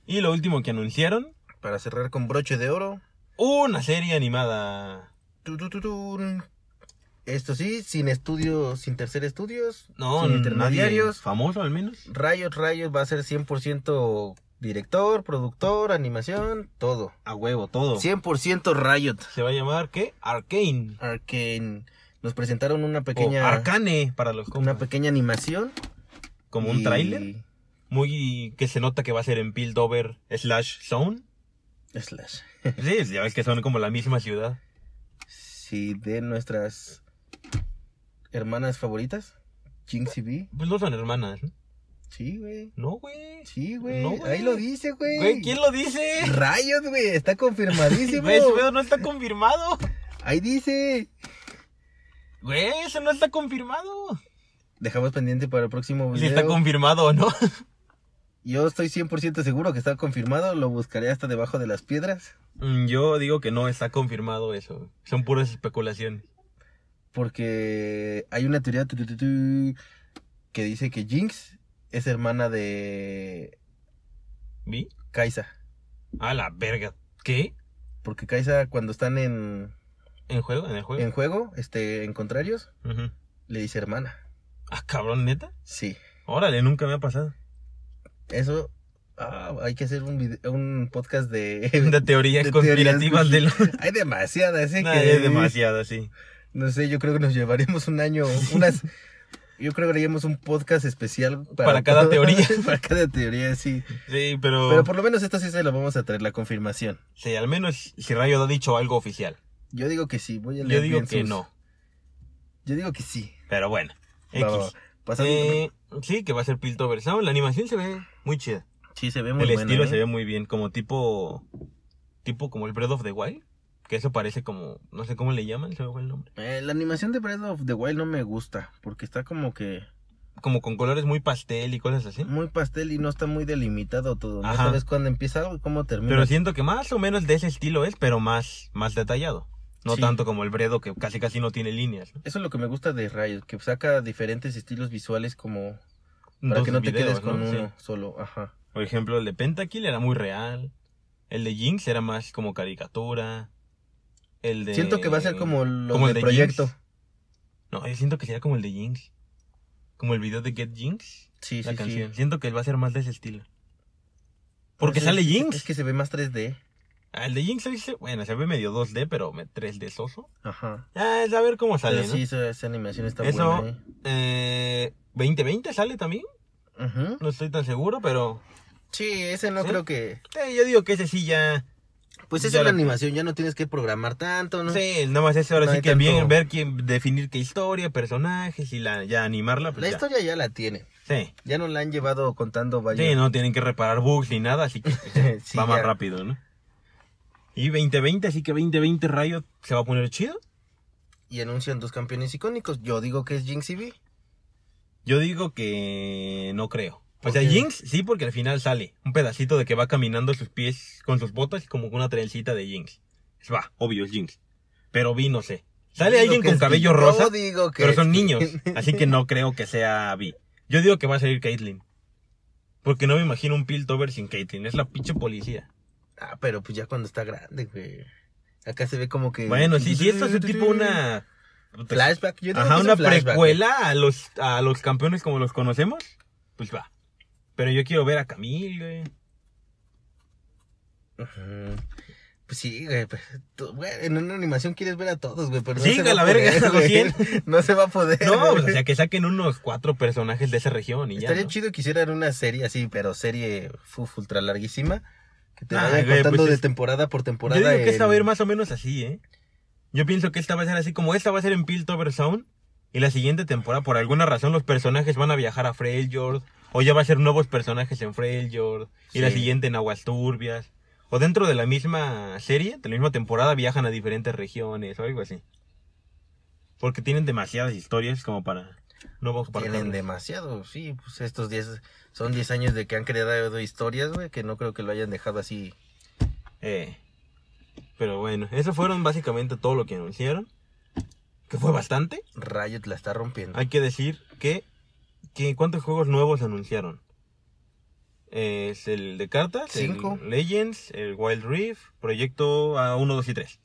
S1: Y lo último que anunciaron,
S2: Para cerrar con broche de oro.
S1: una serie animada.
S2: Tu, tu, tu, tun. Esto sí, sin estudios, sin tercer estudios.
S1: No,
S2: sin
S1: nadie
S2: intermediarios.
S1: Famoso al menos.
S2: Riot, Riot va a ser 100% director, productor, animación, todo.
S1: A huevo, todo.
S2: 100% Riot.
S1: Se va a llamar ¿qué? Arcane.
S2: Arkane. Nos presentaron una
S1: O
S2: pequeña...
S1: Oh, Arcane para los compas.
S2: una pequeña animación.
S1: Como
S2: y-
S1: un tráiler. Muy que se nota que va a ser en Pildover slash
S2: [laughs]
S1: Zone.
S2: Slash.
S1: Sí, ya ves que son como la misma ciudad.
S2: Sí, de nuestras hermanas favoritas. Jinx y Vi.
S1: Pues no son hermanas. ¿no?
S2: Sí, güey.
S1: No, güey.
S2: Sí, güey.
S1: No, güey.
S2: Ahí lo dice, güey.
S1: Güey, ¿quién lo dice?
S2: Rayos, güey. Está confirmadísimo.
S1: [laughs] Güey, ese pedo no está confirmado.
S2: Ahí dice.
S1: Güey, eso no está confirmado.
S2: Dejamos pendiente para el próximo
S1: Si
S2: video.
S1: está confirmado o no. [laughs]
S2: Yo estoy 100% seguro que está confirmado. Lo buscaré hasta debajo de las piedras.
S1: Mm, Yo digo que no está confirmado eso. Son puras especulaciones.
S2: Porque hay una teoría tu, tu, tu, tu, que dice que Jinx es hermana de
S1: ¿Vi?
S2: Kaisa.
S1: A la verga. ¿Qué?
S2: Porque Kaisa cuando están en,
S1: ¿En juego? ¿En el juego?
S2: en juego, este, en contrarios,
S1: Ujú.
S2: le dice hermana.
S1: Ah, cabrón, neta.
S2: Sí.
S1: Órale, nunca me ha pasado.
S2: Eso ah, hay que hacer un, vide- un podcast [laughs] de... [laughs]
S1: De teorías
S2: De
S1: conspirativas
S2: teorías [laughs]
S1: de los.
S2: hay demasiada, así
S1: Nah,
S2: que...
S1: es demasiado, sí.
S2: No sé, yo creo que nos llevaremos un año,
S1: [laughs]
S2: unas... Yo creo que haríamos un podcast especial
S1: Para cada
S2: todo-
S1: teoría.
S2: [laughs]
S1: Oh.
S2: para cada teoría, sí.
S1: Sí, pero.
S2: Pero por lo menos esta sí se la vamos a traer, la confirmación.
S1: Sí, al menos si Rayo ha dicho algo oficial.
S2: Yo digo que sí, voy a leer
S1: Yo digo
S2: bien
S1: que
S2: sus-
S1: no.
S2: Yo digo que sí.
S1: Pero bueno.
S2: Va, va, va.
S1: X.
S2: Pasando-
S1: Eh, sí, que va a ser Piltover Sound. La animación se ve muy chida.
S2: sí, se ve muy
S1: el
S2: buena,
S1: estilo
S2: ¿eh?
S1: se ve muy bien, como tipo. Tipo como el Breath of the Wild. Que eso parece como. No sé cómo le llaman, se me fue el nombre.
S2: Eh, la animación de Breath of the Wild no me gusta, porque está como que
S1: Como con colores muy pastel y cosas así.
S2: muy pastel y no está muy delimitado todo. No
S1: Ajá.
S2: sabes cuándo empieza algo y cómo termina.
S1: Pero siento que más o menos de ese estilo es, pero más, más detallado. No
S2: Sí.
S1: tanto como el Bredo, que casi casi no tiene líneas. ¿no?
S2: Eso es lo que me gusta de Riot, que saca diferentes estilos visuales como para
S1: Dos
S2: que no te
S1: videos,
S2: quedes con
S1: ¿no? Sí.
S2: uno solo. Ajá.
S1: Por ejemplo, el de Pentakill era muy real. El de Jinx era más como caricatura. El de...
S2: Siento que va a ser como los
S1: como el
S2: del
S1: de
S2: proyecto.
S1: Jinx. No, yo siento que sería como el de Jinx. Como el video de Get Jinx.
S2: Sí,
S1: la
S2: sí,
S1: canción.
S2: sí.
S1: Siento que va a ser más de ese estilo. Porque
S2: Entonces,
S1: sale Jinx.
S2: Es que se ve más 3D.
S1: Ah, El de Jinx se dice- bueno, se ve medio 2D, pero me- 3D soso.
S2: Ajá.
S1: Ah, es a ver cómo sale,
S2: Pero
S1: ¿no?
S2: sí, esa, esa animación está
S1: Eso-
S2: buena. ¿eh?
S1: Eh, 2020 sale también.
S2: Ujú.
S1: No estoy tan seguro, pero
S2: Sí, ese no
S1: ¿Sí?
S2: creo que.
S1: eh, yo digo que ese sí ya.
S2: Pues
S1: Ya
S2: esa es la
S1: lo-
S2: animación, ya no tienes que programar tanto, ¿no?
S1: Sí, nada más ese ahora
S2: No
S1: sí
S2: hay
S1: que bien
S2: tanto-
S1: ver quién definir qué historia, personajes y la ya animarla. Pues
S2: La
S1: ya.
S2: historia ya la tiene.
S1: Sí.
S2: Ya no la han llevado contando vaya.
S1: Sí, no tienen que reparar bugs ni nada,
S2: [laughs]
S1: así que
S2: Sí,
S1: va más
S2: ya.
S1: rápido, ¿no? Y 2020, así que 2020 Riot se va a poner chido.
S2: Y anuncian dos campeones icónicos. Yo digo que es Jinx y Vi.
S1: Yo digo que no creo. O
S2: ¿Por
S1: sea,
S2: qué?
S1: Jinx sí, porque al final sale un pedacito de que va caminando sus pies con sus botas y como una trencita de Jinx. Va, obvio, es Jinx. Pero vi, no sé. Sale
S2: Yo digo
S1: alguien
S2: que
S1: con
S2: es
S1: cabello
S2: Vi.
S1: rosa,
S2: Yo digo que
S1: pero
S2: es
S1: son
S2: Vi. [laughs]
S1: niños. Así que no creo que sea Vi. Yo digo que va a salir Caitlyn. Porque no me imagino un Piltover sin Caitlyn. Es la pinche policía.
S2: Ah, pero pues ya cuando está grande, güey. Acá se ve como que.
S1: Bueno, sí, sí, esto es un tipo una... pues,
S2: Flashback. Yo digo que
S1: Ajá,
S2: es
S1: una
S2: un flashback.
S1: precuela a los, a los campeones como los conocemos. Pues va. Pero yo quiero ver a Camille, güey.
S2: Ujú. Pues sí, güey. pues, tú- güey, en una animación quieres ver a todos, güey. Pero no
S1: Sí,
S2: se
S1: que
S2: va
S1: la
S2: a
S1: verga,
S2: poder,
S1: los
S2: güey. [laughs]
S1: 100.
S2: No se va a poder.
S1: No, pues,
S2: güey.
S1: o sea, que saquen unos cuatro personajes de esa región y ya.
S2: Estaría
S1: ¿no?
S2: chido que hicieran una serie así, pero serie uf, ultra larguísima. Que te
S1: Ah,
S2: vayan
S1: güey,
S2: contando
S1: pues
S2: de
S1: es-
S2: temporada por
S1: Yo
S2: temporada.
S1: digo que
S2: el-
S1: esta va a ir más o menos así, ¿eh? Yo pienso que esta va a ser así, como esta va a ser en Piltover Sound. Y la siguiente temporada, por alguna razón, los personajes van a viajar a Freljord. O ya va a ser nuevos personajes en Freljord. Y la
S2: Sí.
S1: siguiente en Aguas Turbias. O dentro de la misma serie, de la misma temporada, viajan a diferentes regiones o algo así. Porque tienen demasiadas historias como para... No vamos para
S2: Tienen demasiado, sí, pues estos 10 son 10 años de que han creado historias, güey, que no creo que lo hayan dejado así.
S1: Eh, pero bueno, eso fueron básicamente todo lo que anunciaron. Que fue bastante.
S2: Riot la está rompiendo.
S1: Hay que decir que, que ¿cuántos juegos nuevos anunciaron? Es el de cartas,
S2: Cinco.
S1: el Legends, el Wild Rift, Proyecto a 1, 2 y 3.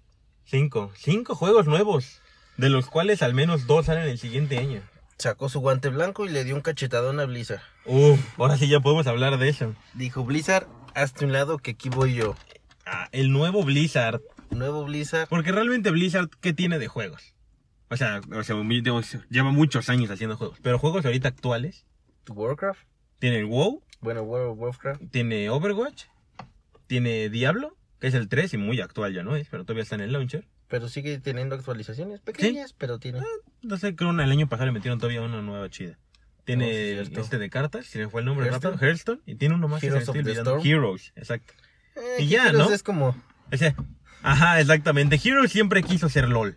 S1: Cinco. Cinco juegos nuevos, de los cuales al menos dos salen el siguiente año.
S2: Sacó su guante blanco y le dio un cachetadón a Blizzard.
S1: Uf, ahora sí ya podemos hablar de eso.
S2: Dijo, Blizzard, hazte un lado que aquí voy yo.
S1: Ah, el nuevo Blizzard.
S2: Nuevo Blizzard.
S1: Porque realmente Blizzard, ¿qué tiene de juegos? O sea, o sea, mi- digo, lleva muchos años haciendo juegos. Pero juegos ahorita actuales.
S2: Warcraft.
S1: Tiene el WoW,
S2: Bueno, World of Warcraft.
S1: tiene Overwatch, tiene Diablo, que es el 3 y muy actual ya no es, pero todavía está en el launcher.
S2: Pero
S1: Eh,
S2: sigue teniendo actualizaciones pequeñas, pero tiene.
S1: No sé, creo que el año pasado le metieron todavía una nueva chida. Tiene
S2: No, Oh, sí, es
S1: el
S2: cierto.
S1: este de cartas, se me fue el nombre
S2: Hearthstone.
S1: rápido. Hearthstone. Y tiene uno más
S2: Heroes
S1: que se
S2: of
S1: me
S2: the
S1: estoy olvidando.
S2: Storm.
S1: Heroes, exacto.
S2: Eh,
S1: Y
S2: que
S1: ya,
S2: Heroes
S1: ¿no?
S2: Es como.
S1: O sea, ajá, exactamente. Heroes siempre quiso ser LOL.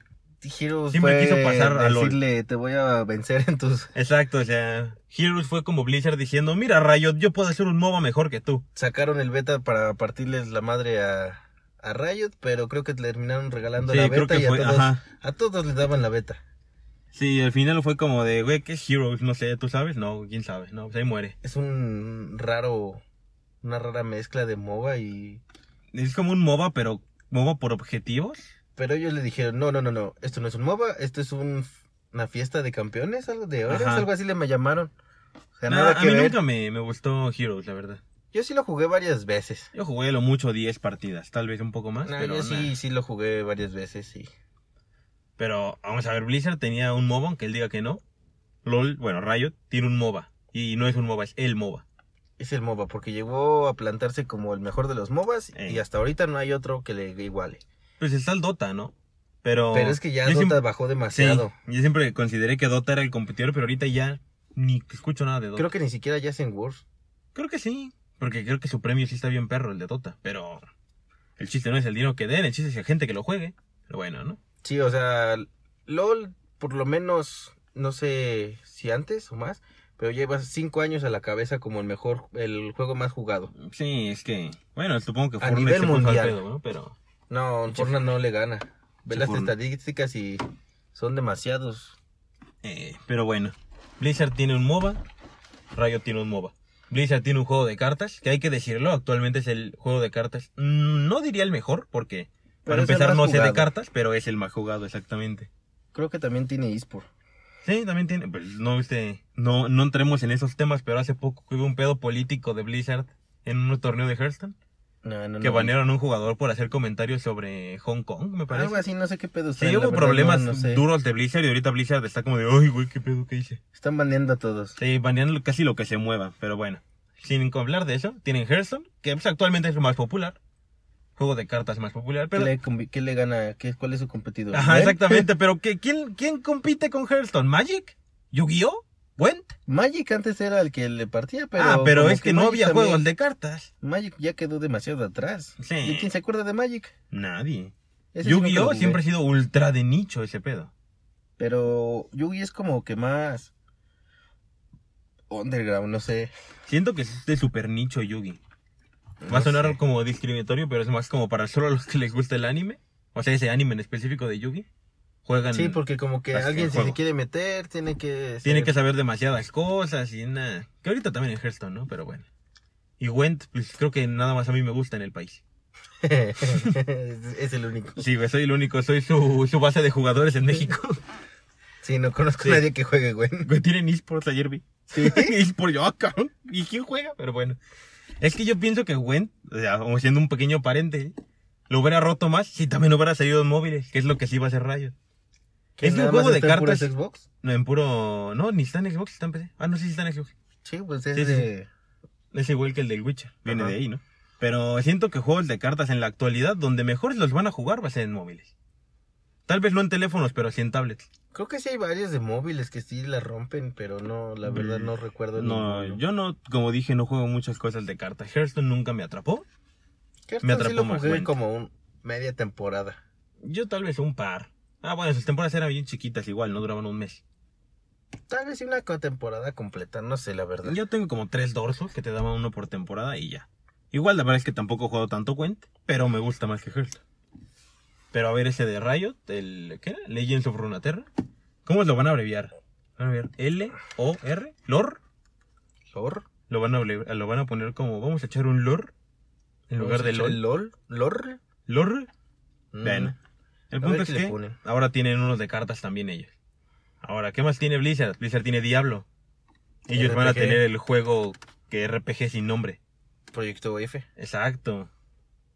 S2: Heroes
S1: Siempre
S2: fue
S1: quiso pasar a LOL.
S2: decirle, te voy a vencer en tus.
S1: Exacto, o sea, Heroes fue como Blizzard diciendo, mira Riot, yo puedo hacer un MOBA mejor que tú.
S2: Sacaron el beta para partirles la madre a, a Riot, pero creo que terminaron regalando
S1: Sí,
S2: la
S1: creo
S2: beta
S1: que
S2: y
S1: fue,
S2: a, todos,
S1: ajá.
S2: a todos les daban la beta.
S1: Sí, al final fue como de, güey, ¿qué es Heroes? No sé, ¿tú sabes? No, ¿quién sabe? No, pues ahí muere.
S2: Es un raro. Una rara mezcla de MOBA y.
S1: Es como un MOBA, pero MOBA por objetivos.
S2: Pero ellos le dijeron, no, no, no, no, esto no es un MOBA, esto es un, una fiesta de campeones, algo de horas,
S1: Ajá.
S2: algo así le me llamaron. O sea,
S1: Nah,
S2: nada
S1: Ah, a
S2: que
S1: mí
S2: ver.
S1: nunca me, me gustó Heroes, la verdad.
S2: Yo sí lo jugué varias veces.
S1: Yo jugué lo mucho 10 partidas, tal vez un poco más,
S2: No,
S1: Ah, pero
S2: yo sí,
S1: nah.
S2: sí lo jugué varias veces, sí.
S1: Pero vamos a ver, Blizzard tenía un MOBA, aunque él diga que no. LOL, bueno, Riot tiene un MOBA. Y no es un MOBA, es el MOBA.
S2: Es el MOBA, porque llegó a plantarse como el mejor de los MOBAs
S1: Eh.
S2: y hasta ahorita no hay otro que le iguale.
S1: Pues está el Dota, ¿no? Pero,
S2: Pero es que ya
S1: Oh. yo
S2: Dota
S1: siempre-
S2: bajó
S1: Sí,
S2: demasiado.
S1: yo siempre consideré que Dota era el competidor, pero ahorita ya ni escucho nada de Dota.
S2: Creo que ni siquiera ya es en Wars.
S1: Creo que sí, porque creo que su premio sí está bien perro, el de Dota, pero el chiste no es el dinero que den, el chiste es la gente que lo juegue. Pero bueno, ¿no?
S2: Sí, o sea, LOL, por lo menos, no sé si antes o más, pero llevas cinco años a la cabeza como el mejor, el juego más jugado.
S1: Sí, es que, bueno, supongo que
S2: A
S1: Fortnite
S2: nivel
S1: se puso al
S2: mundial.
S1: pedo, ¿no? Pero
S2: No,
S1: Pinche
S2: Fortnite no le gana. Ve
S1: Pinche
S2: las
S1: Fortnite.
S2: estadísticas y son demasiados.
S1: eh, pero bueno, Blizzard tiene un MOBA, Riot tiene un MOBA. Blizzard tiene un juego de cartas, que hay que decirlo, actualmente es el juego de cartas, mm, no diría el mejor, porque
S2: Pero
S1: para
S2: es el
S1: empezar
S2: más
S1: no sé de
S2: jugado.
S1: cartas, pero es el más jugado exactamente.
S2: Creo que también tiene eSport.
S1: Sí, también tiene. Pues no, viste. No, no entremos en esos temas, pero hace poco hubo un pedo político de Blizzard en un torneo de Hearthstone.
S2: No, no,
S1: Que
S2: no.
S1: banearon a un jugador por hacer comentarios sobre Hong Kong, me
S2: Algo
S1: parece.
S2: así, no sé qué pedo
S1: Sí,
S2: traen, la
S1: hubo
S2: verdad,
S1: problemas
S2: no- no sé.
S1: duros de Blizzard y ahorita Blizzard está como de, ay, güey, qué pedo que hice.
S2: Están baneando a todos.
S1: Sí, banean lo- casi lo que se mueva, pero bueno. Sin hablar de eso, tienen Hearthstone, que pues, actualmente es lo más popular. Juego de cartas más popular, pero.
S2: ¿Qué, le, convi- qué le gana? ¿Qué, ¿Cuál es su competidor?
S1: Ajá,
S2: ¿Él?
S1: exactamente, pero ¿qué- quién, ¿quién compite con Hearthstone? ¿Magic? ¿Yu-Gi-Oh? ¿Went?
S2: Magic antes era el que le partía, pero.
S1: ah, pero
S2: como
S1: es que, no
S2: Magic
S1: había
S2: también-
S1: juegos de cartas.
S2: Magic ya quedó demasiado atrás.
S1: Sí.
S2: ¿Y quién se acuerda de Magic?
S1: Nadie.
S2: Ese sí nunca lo
S1: Yu-Gi-Oh
S2: jugué.
S1: siempre ha sido ultra de nicho ese pedo.
S2: Pero Yugi es como que más. Underground, no sé.
S1: Siento que es de super nicho Yugi.
S2: No
S1: Va a sonar
S2: sé.
S1: como discriminatorio, pero es más como para solo los que les gusta el anime. O sea, ese anime en específico de Yugi. Juegan.
S2: Sí, porque como que
S1: Así,
S2: alguien si
S1: juego.
S2: se quiere meter, tiene que...
S1: Tienen
S2: ser-
S1: que saber demasiadas cosas y nada. Que ahorita también en Hearthstone, ¿no? Pero bueno. Y Went, pues creo que nada más a mí me gusta en el
S2: [laughs]
S1: país.
S2: es es el único.
S1: Sí, güey, soy el único, soy su, su base de jugadores en México.
S2: Sí, no conozco
S1: Sí.
S2: a nadie que juegue, güey.
S1: Güey, tienen esports ayer vi. [laughs]
S2: Sí.
S1: y por yo, ah, cabrón. ¿Y quién juega? Pero bueno. Es que yo pienso que Gwen, o sea, como siendo un pequeño paréntesis, lo hubiera roto más si también hubiera salido en móviles, que es lo que sí iba a hacer Riot.
S2: ¿Que
S1: Es un
S2: nada
S1: juego
S2: más
S1: de
S2: está en puras
S1: cartas.
S2: Xbox?
S1: No, en puro. No, ni está en Xbox, está en PC. Ah, no, sí, sí está en Xbox.
S2: Sí, pues es
S1: Sí, sí,
S2: de...
S1: Es igual que el del Witcher. Viene
S2: Ajá.
S1: de ahí, ¿no? Pero siento que juegos de cartas en la actualidad, donde mejores los van a jugar, va a ser en móviles. Tal vez no en teléfonos, pero sí en tablets.
S2: Creo que sí hay varias de móviles que sí la rompen, pero no, la verdad no recuerdo.
S1: Mm, No,
S2: ninguno.
S1: yo no, como dije, no juego muchas cosas de cartas. Hearthstone nunca me atrapó.
S2: Hearthstone
S1: me atrapó
S2: sí lo
S1: más,
S2: jugué
S1: Gwent.
S2: como un media temporada.
S1: Yo tal vez un par. Ah, bueno, sus temporadas eran bien chiquitas igual, no duraban un mes.
S2: Tal vez sí una co- temporada completa, no sé, la verdad.
S1: Yo tengo como tres dorsos que te daban uno por temporada y ya. Igual la verdad es que tampoco he jugado tanto Gwent, pero me gusta más que Hearthstone. Pero a ver ese de Riot, el ¿qué era? Legends of Runeterra. ¿Cómo lo van a abreviar? Van a ver L O R, lore.
S2: ¿Lor?
S1: Lo van a abre- lo van a poner como vamos a echar un lore en lugar de
S2: ¿El
S1: LOL.
S2: LOL? ¿Lor?
S1: Lore.
S2: Mm.
S1: Bueno, el
S2: A
S1: punto
S2: ver
S1: es
S2: qué le
S1: que
S2: ponen.
S1: ahora tienen unos de cartas también ellos. Ahora, ¿qué más tiene Blizzard? Blizzard tiene Diablo. Ellos van a
S2: RPG.
S1: tener el juego que RPG sin nombre.
S2: Proyecto F.
S1: Exacto.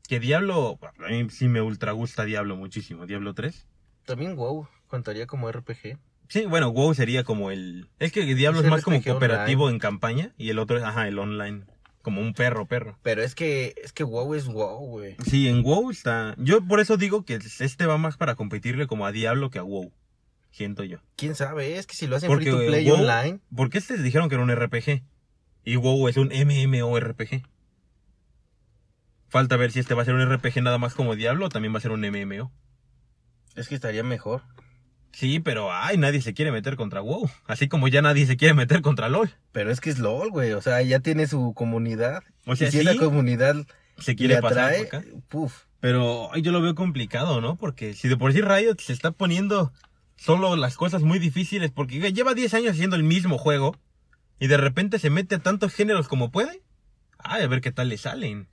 S1: Que Diablo, a mí sí me ultra gusta Diablo muchísimo. Diablo 3.
S2: También WoW contaría como RPG.
S1: Sí, bueno, WoW sería como el... Es que Diablo es,
S2: Es el
S1: más como
S2: RPG
S1: cooperativo
S2: online.
S1: en campaña y el otro es, ajá, el online. Como un perro, perro.
S2: Pero es que, es que WoW es WoW, güey.
S1: Sí, en WoW está... Yo por eso digo que este va más para competirle como a Diablo que a WoW. siento yo.
S2: ¿Quién sabe? Es que si lo hacen
S1: Porque,
S2: free to play
S1: eh, WoW-
S2: online.
S1: ¿Por qué les dijeron que era un RPG? Y WoW es un MMORPG. Falta ver si este va a ser un RPG nada más como Diablo o también va a ser un MMO.
S2: Es que estaría mejor.
S1: Sí, pero ay, nadie se quiere meter contra WoW. Así como ya nadie se quiere meter contra LOL.
S2: Pero es que es LOL, güey. O sea, ya tiene su comunidad.
S1: O sea,
S2: y si
S1: sí,
S2: esa comunidad
S1: se
S2: le
S1: quiere pasar
S2: atrae,
S1: por acá.
S2: puf.
S1: Pero ay, yo lo veo complicado, ¿no? Porque si de por sí Riot se está poniendo solo las cosas muy difíciles, porque güey, lleva 10 años haciendo el mismo juego y de repente se mete a tantos géneros como puede. Ay, a ver qué tal le salen.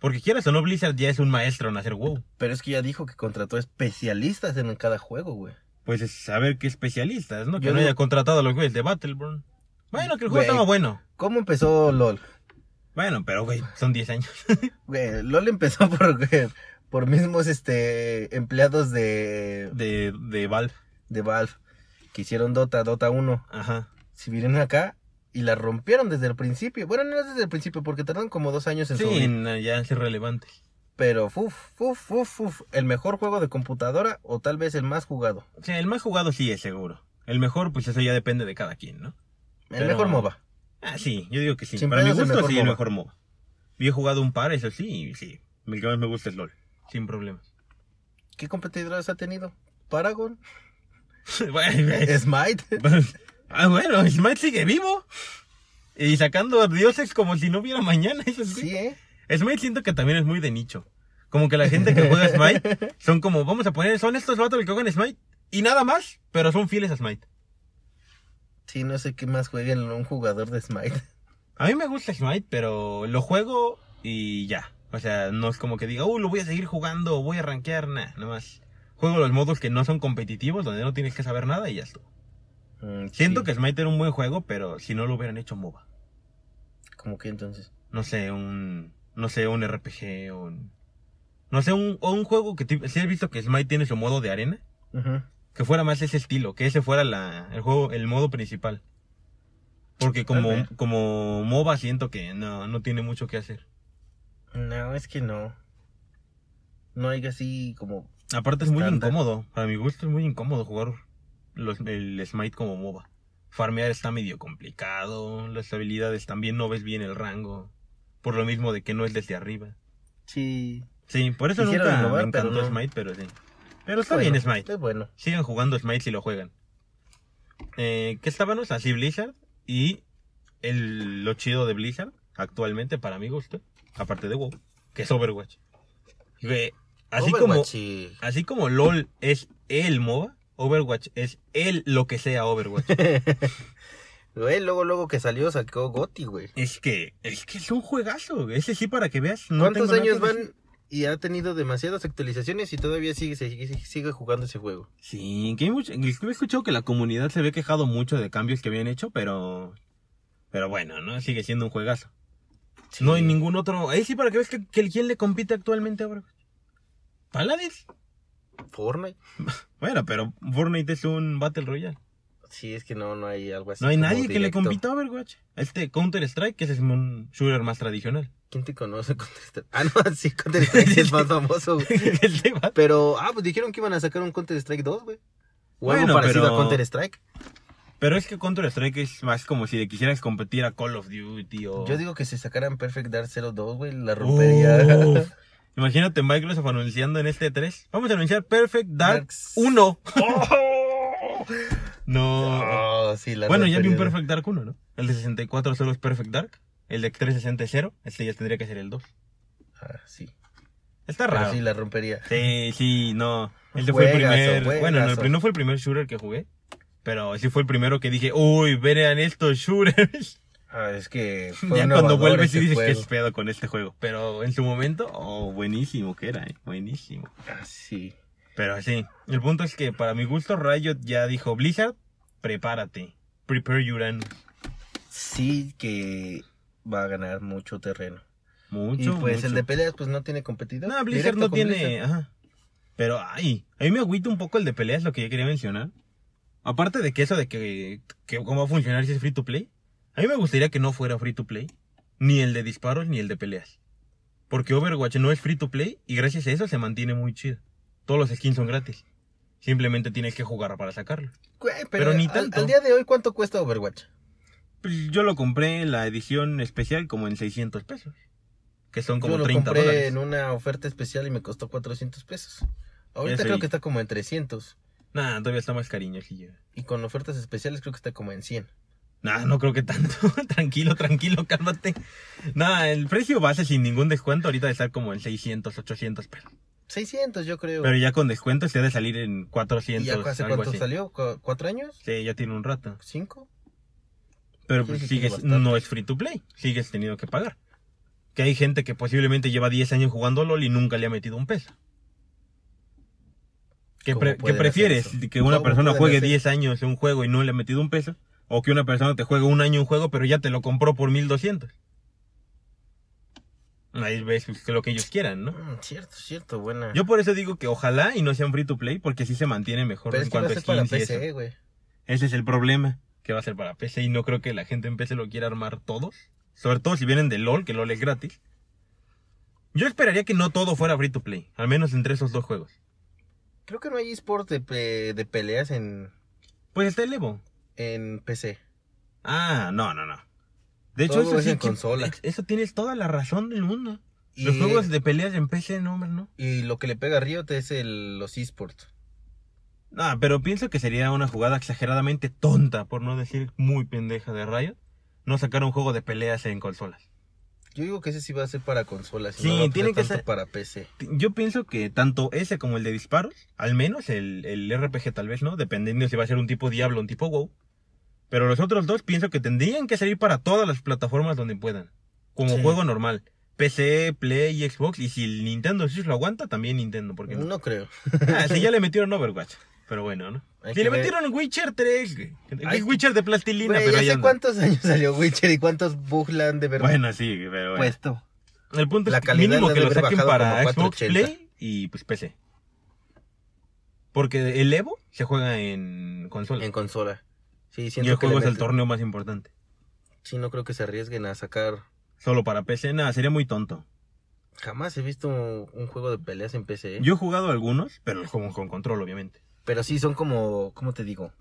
S1: Porque quieras o no, Blizzard ya es un maestro en hacer WoW.
S2: Pero es que ya dijo que contrató especialistas en cada juego, güey.
S1: Pues es saber qué especialistas, ¿no? Que
S2: Yo
S1: no
S2: no-
S1: haya contratado a los güeyes de Battleborn. Bueno, que el juego
S2: Güey.
S1: estaba bueno.
S2: ¿Cómo empezó LOL?
S1: Bueno, pero güey, son 10 años.
S2: Güey, LOL empezó [laughs] por, güey, por mismos este, empleados de,
S1: De, de Valve.
S2: de Valve que hicieron Dota, Dota 1.
S1: Ajá.
S2: Si vinieron acá y la rompieron desde el principio. Bueno, no desde el principio porque tardaron como dos años en
S1: Sí,
S2: subir.
S1: no, ya es irrelevante.
S2: Pero, fuf, fuf, fuf, fuf. El mejor juego de computadora o tal vez el más jugado.
S1: O sea, el más jugado sí es seguro. El mejor, pues eso ya depende de cada quien, ¿no?
S2: El
S1: Pero-
S2: mejor MOBA.
S1: Ah, sí, yo digo que sí.
S2: Sin
S1: Para mi
S2: pedos, el
S1: gusto
S2: mejor
S1: sí, el
S2: MOBA.
S1: mejor MOBA. Yo he jugado un par, eso sí, y sí. El que más me gusta es LOL, sin problemas.
S2: ¿Qué competidores ha tenido? Paragon,
S1: [laughs] bueno,
S2: Smite.
S1: [laughs] ah, bueno, Smite sigue vivo. Y sacando a dioses como si no hubiera mañana. Eso sí.
S2: Sí, ¿eh?
S1: Smite siento que también es muy de nicho. Como que la gente que juega
S2: [laughs]
S1: Smite son como, vamos a poner, son estos vatos que juegan Smite y nada más, pero son fieles a Smite.
S2: Sí, no sé qué más jueguen un jugador
S1: [laughs]
S2: de Smite.
S1: A mí me gusta Smite, pero lo juego y ya. O sea, no es como que diga, uh, lo voy a seguir jugando, voy a rankear, nada, nada más. Juego los modos que no son competitivos, donde no tienes que saber nada y ya estuvo.
S2: Mm,
S1: Siento
S2: sí.
S1: que Smite era un buen juego, pero si no lo hubieran hecho MOBA.
S2: ¿Cómo que entonces?
S1: No sé, un. No sé, un RPG o un. No sé, un, o un juego que. Si has visto que Smite tiene su modo de arena,
S2: Ujú.
S1: que fuera más ese estilo, que ese fuera la, el juego, el modo principal. Porque como,
S2: Tal vez.
S1: como MOBA siento que no, no tiene mucho que hacer.
S2: No, es que no. No hay así como...
S1: Aparte es muy
S2: Estándar.
S1: incómodo. Para mi gusto es muy incómodo jugar los- el Smite como MOBA. Farmear está medio complicado. Las habilidades también no ves bien el rango. Por lo mismo de que no es desde arriba.
S2: Sí.
S1: Sí, por eso
S2: Quisieron
S1: nunca
S2: innovar,
S1: me
S2: pero
S1: encantó
S2: no.
S1: Smite, pero sí. Pero está
S2: Bueno,
S1: bien Smite.
S2: Es bueno.
S1: Sigan jugando Smite si lo juegan. Eh, ¿Qué estábamos? Así Blizzard. Y el, lo chido de Blizzard actualmente, para mi gusto, aparte de WoW, que es Overwatch. Güey, así como...
S2: Overwatch y-
S1: Así como LOL es el MOBA, Overwatch es el lo que sea Overwatch.
S2: [laughs] Güey, luego, luego que salió, sacó Gotti, güey.
S1: es que, es que es un juegazo, güey. ese sí para que veas. no
S2: ¿Cuántos
S1: tengo nada
S2: años
S1: que decir.
S2: van y ha tenido demasiadas actualizaciones y todavía sigue, sigue, sigue jugando ese juego?
S1: Sí, que hay mucho, he escuchado que la comunidad se había quejado mucho de cambios que habían hecho, pero, pero bueno, ¿no? Sigue siendo un juegazo. No hay
S2: Sí.
S1: ningún otro, ahí sí para que veas que, que quién le compite actualmente a Overwatch. Paladins.
S2: Fortnite.
S1: Bueno, pero Fortnite es un Battle Royale.
S2: Sí, es que no, no hay algo así.
S1: No hay
S2: como
S1: nadie que le
S2: directo.
S1: compita a Overwatch. Este Counter Strike, que ese es un shooter más tradicional.
S2: ¿Quién te conoce? Counter-Strike? Ah, no, [laughs] sí, Counter-Strike es más famoso. [laughs] güey.
S1: El tema.
S2: Pero, ah, pues dijeron que iban a sacar un Counter-Strike 2, güey. O
S1: Bueno,
S2: algo parecido
S1: pero-
S2: a Counter-Strike.
S1: Pero es que Counter Strike es más como si le quisieras competir a Call of Duty o.
S2: Yo digo que si sacaran Perfect Dark 02, güey, la rompería. [laughs]
S1: Uf. Imagínate Microsoft anunciando en este 3. Vamos a anunciar Perfect Dark
S2: Darks.
S1: 1. No.
S2: [laughs] Oh, sí, la
S1: Bueno, ya vi un
S2: rompería.
S1: Perfect Dark 1, ¿no? El de 64 solo es Perfect Dark. El de 360 es 0. Este ya tendría que ser el 2.
S2: Ah, sí.
S1: Está
S2: Pero
S1: raro.
S2: sí, la rompería.
S1: Sí, sí, no. Este fue el
S2: Juegazo,
S1: primer. Bueno, no, el
S2: juegazo.
S1: pri- no fue el primer shooter que jugué. Pero sí fue el primero que dije, uy, vean estos shooters.
S2: Ah, es
S1: [laughs]
S2: que. fue
S1: ya cuando
S2: innovador
S1: vuelves
S2: ese
S1: y dices
S2: juego.
S1: que es pedo con este juego. Pero en su momento, oh, buenísimo que era, eh, buenísimo.
S2: Ah, sí.
S1: Pero sí, el punto es que para mi gusto Riot ya dijo, Blizzard, prepárate. Prepare your hand".
S2: Sí que va a ganar mucho terreno.
S1: Mucho,
S2: y pues
S1: mucho.
S2: el de peleas, pues no tiene competidor.
S1: No, Blizzard
S2: Directo
S1: no
S2: con
S1: tiene...
S2: Blizzard.
S1: ajá. Pero, ay, a mí me agüita un poco el de peleas, lo que yo quería mencionar. Aparte de que eso de que, que cómo va a funcionar si es free to play. A mí me gustaría que no fuera free to play. Ni el de disparos, ni el de peleas. Porque Overwatch no es free to play y gracias a eso se mantiene muy chido. Todos los skins son gratis. Simplemente tienes que jugar para sacarlo.
S2: Güey,
S1: Pero ni
S2: al-
S1: tanto.
S2: Al, día de hoy, ¿cuánto cuesta Overwatch?
S1: Pues yo lo compré en la edición especial como en 600 pesos. Que son como
S2: Yo lo
S1: 30
S2: compré
S1: dólares.
S2: en una oferta especial y me costó 400 pesos. Ahorita
S1: Eso
S2: creo
S1: y-
S2: que está como en 300.
S1: Nah, todavía está más cariñosillo.
S2: Y con ofertas especiales creo que está como en 100.
S1: Nah, no creo que tanto. [laughs] tranquilo, tranquilo, cálmate. Nah, el precio base sin ningún descuento ahorita está como en 600, 800 pesos.
S2: 600 yo creo.
S1: Pero ya con descuento se ha de salir en
S2: ¿Y
S1: 400,
S2: ya hace
S1: algo
S2: cuánto
S1: así.
S2: salió? ¿Cu- ¿Cuatro años?
S1: Sí, ya tiene un rato.
S2: ¿Cinco?
S1: Pero
S2: Sí,
S1: pues
S2: sí, sí,
S1: sigues,
S2: bastante.
S1: no es free to play, sigues teniendo que pagar. Que hay gente que posiblemente lleva 10 años jugando LOL y nunca le ha metido un peso. ¿Qué,
S2: ¿Cómo
S1: pre- qué
S2: pueden hacer
S1: prefieres?
S2: eso?
S1: ¿Que una
S2: ¿Cómo
S1: persona
S2: pueden
S1: juegue
S2: hacer?
S1: 10 años en un juego y no le ha metido un peso? ¿O que una persona te juegue un año un juego pero ya te lo compró por 1200? Ahí ves pues, que lo que ellos quieran, ¿no?
S2: Mm, cierto, cierto, buena.
S1: Yo por eso digo que ojalá y no sean free to play porque sí se mantiene mejor
S2: Pero
S1: en
S2: es que va a
S1: cuanto a
S2: ser para
S1: skins y eso.
S2: PC, güey.
S1: Ese es el problema, que va a ser para PC y no creo que la gente en PC lo quiera armar todos. Sobre todo si vienen de LOL, que LOL es gratis. Yo esperaría que no todo fuera free to play, al menos entre esos dos juegos.
S2: Creo que no hay eSport de, pe- de peleas en,
S1: Pues está el Evo.
S2: en PC.
S1: Ah, no, no, no. De hecho,
S2: Todo
S1: eso
S2: es
S1: sí
S2: en
S1: que-
S2: consola.
S1: es- Eso tienes toda la razón del mundo.
S2: Y,
S1: Los juegos de peleas en PC, no, hombre, no.
S2: y lo que le pega a Riot es el, los eSports.
S1: Ah, pero pienso que sería una jugada exageradamente tonta, por no decir muy pendeja de Riot, no sacar un juego de peleas en consolas.
S2: Yo digo que ese sí va a ser para consolas.
S1: Sí,
S2: no va a
S1: tiene que
S2: tanto
S1: ser-
S2: para PC.
S1: Yo pienso que tanto ese como el de disparos, al menos el, el RPG tal vez, ¿no? Dependiendo si va a ser un tipo Diablo o un tipo WoW. Pero los otros dos pienso que tendrían que salir para todas las plataformas donde puedan. Como
S2: Sí.
S1: juego normal. PC, Play y Xbox. Y si el Nintendo Switch lo aguanta, también Nintendo. Porque
S2: [laughs]
S1: no.
S2: No creo.
S1: Ah, sí, ya le metieron Overwatch. Pero bueno, ¿no?
S2: Hay
S1: Si
S2: que
S1: le
S2: ver.
S1: metieron Witcher 3. güey.
S2: Ay,
S1: Witcher de plastilina,
S2: Güey,
S1: pero ahí
S2: ¿Hace
S1: anda.
S2: cuántos años salió Witcher y cuántos bugs le han de verdad
S1: Bueno, sí, pero bueno.
S2: puesto?
S1: el punto
S2: la
S1: es que
S2: calidad
S1: mínimo
S2: le ha
S1: que
S2: de
S1: lo
S2: haber
S1: saquen
S2: bajado
S1: para
S2: como
S1: Xbox
S2: 480.
S1: Play y pues PC. Porque el Evo se juega en consola.
S2: En consola. Sí,
S1: y
S2: siento
S1: el
S2: que
S1: juego
S2: le
S1: es el
S2: meten-
S1: torneo más importante.
S2: Sí, no creo que se arriesguen a sacar.
S1: Solo para PC, nada, sería muy tonto.
S2: Jamás he visto un, un juego de peleas en PC. ¿eh?
S1: Yo he jugado algunos, pero los juego con control, obviamente.
S2: Pero sí son como, ¿cómo te digo?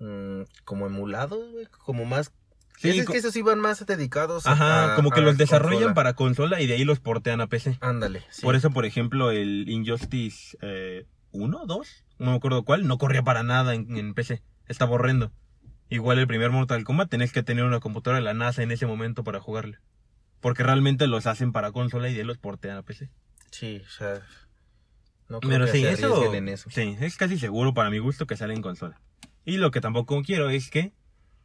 S2: Mm, como emulados, güey, como más...
S1: Sí,
S2: es
S1: co-
S2: que esos sí van más dedicados a-
S1: Ajá,
S2: a-
S1: como que
S2: a
S1: los desarrollan
S2: consola.
S1: para consola y de ahí los portean a PC.
S2: Ándale, sí.
S1: Por eso, por ejemplo, el Injustice eh, 1, 2, no me acuerdo cuál, no corría para nada en, en PC. Estaba horrendo. Igual el primer Mortal Kombat tenés que tener una computadora de la NASA en ese momento para jugarle. Porque realmente los hacen para consola y de ahí los portean a PC.
S2: Sí, o sea... No creo
S1: Pero
S2: que
S1: sí,
S2: se
S1: eso,
S2: arriesguen en eso.
S1: Sí, es casi seguro para mi gusto que sale en consola. Y lo que tampoco quiero es que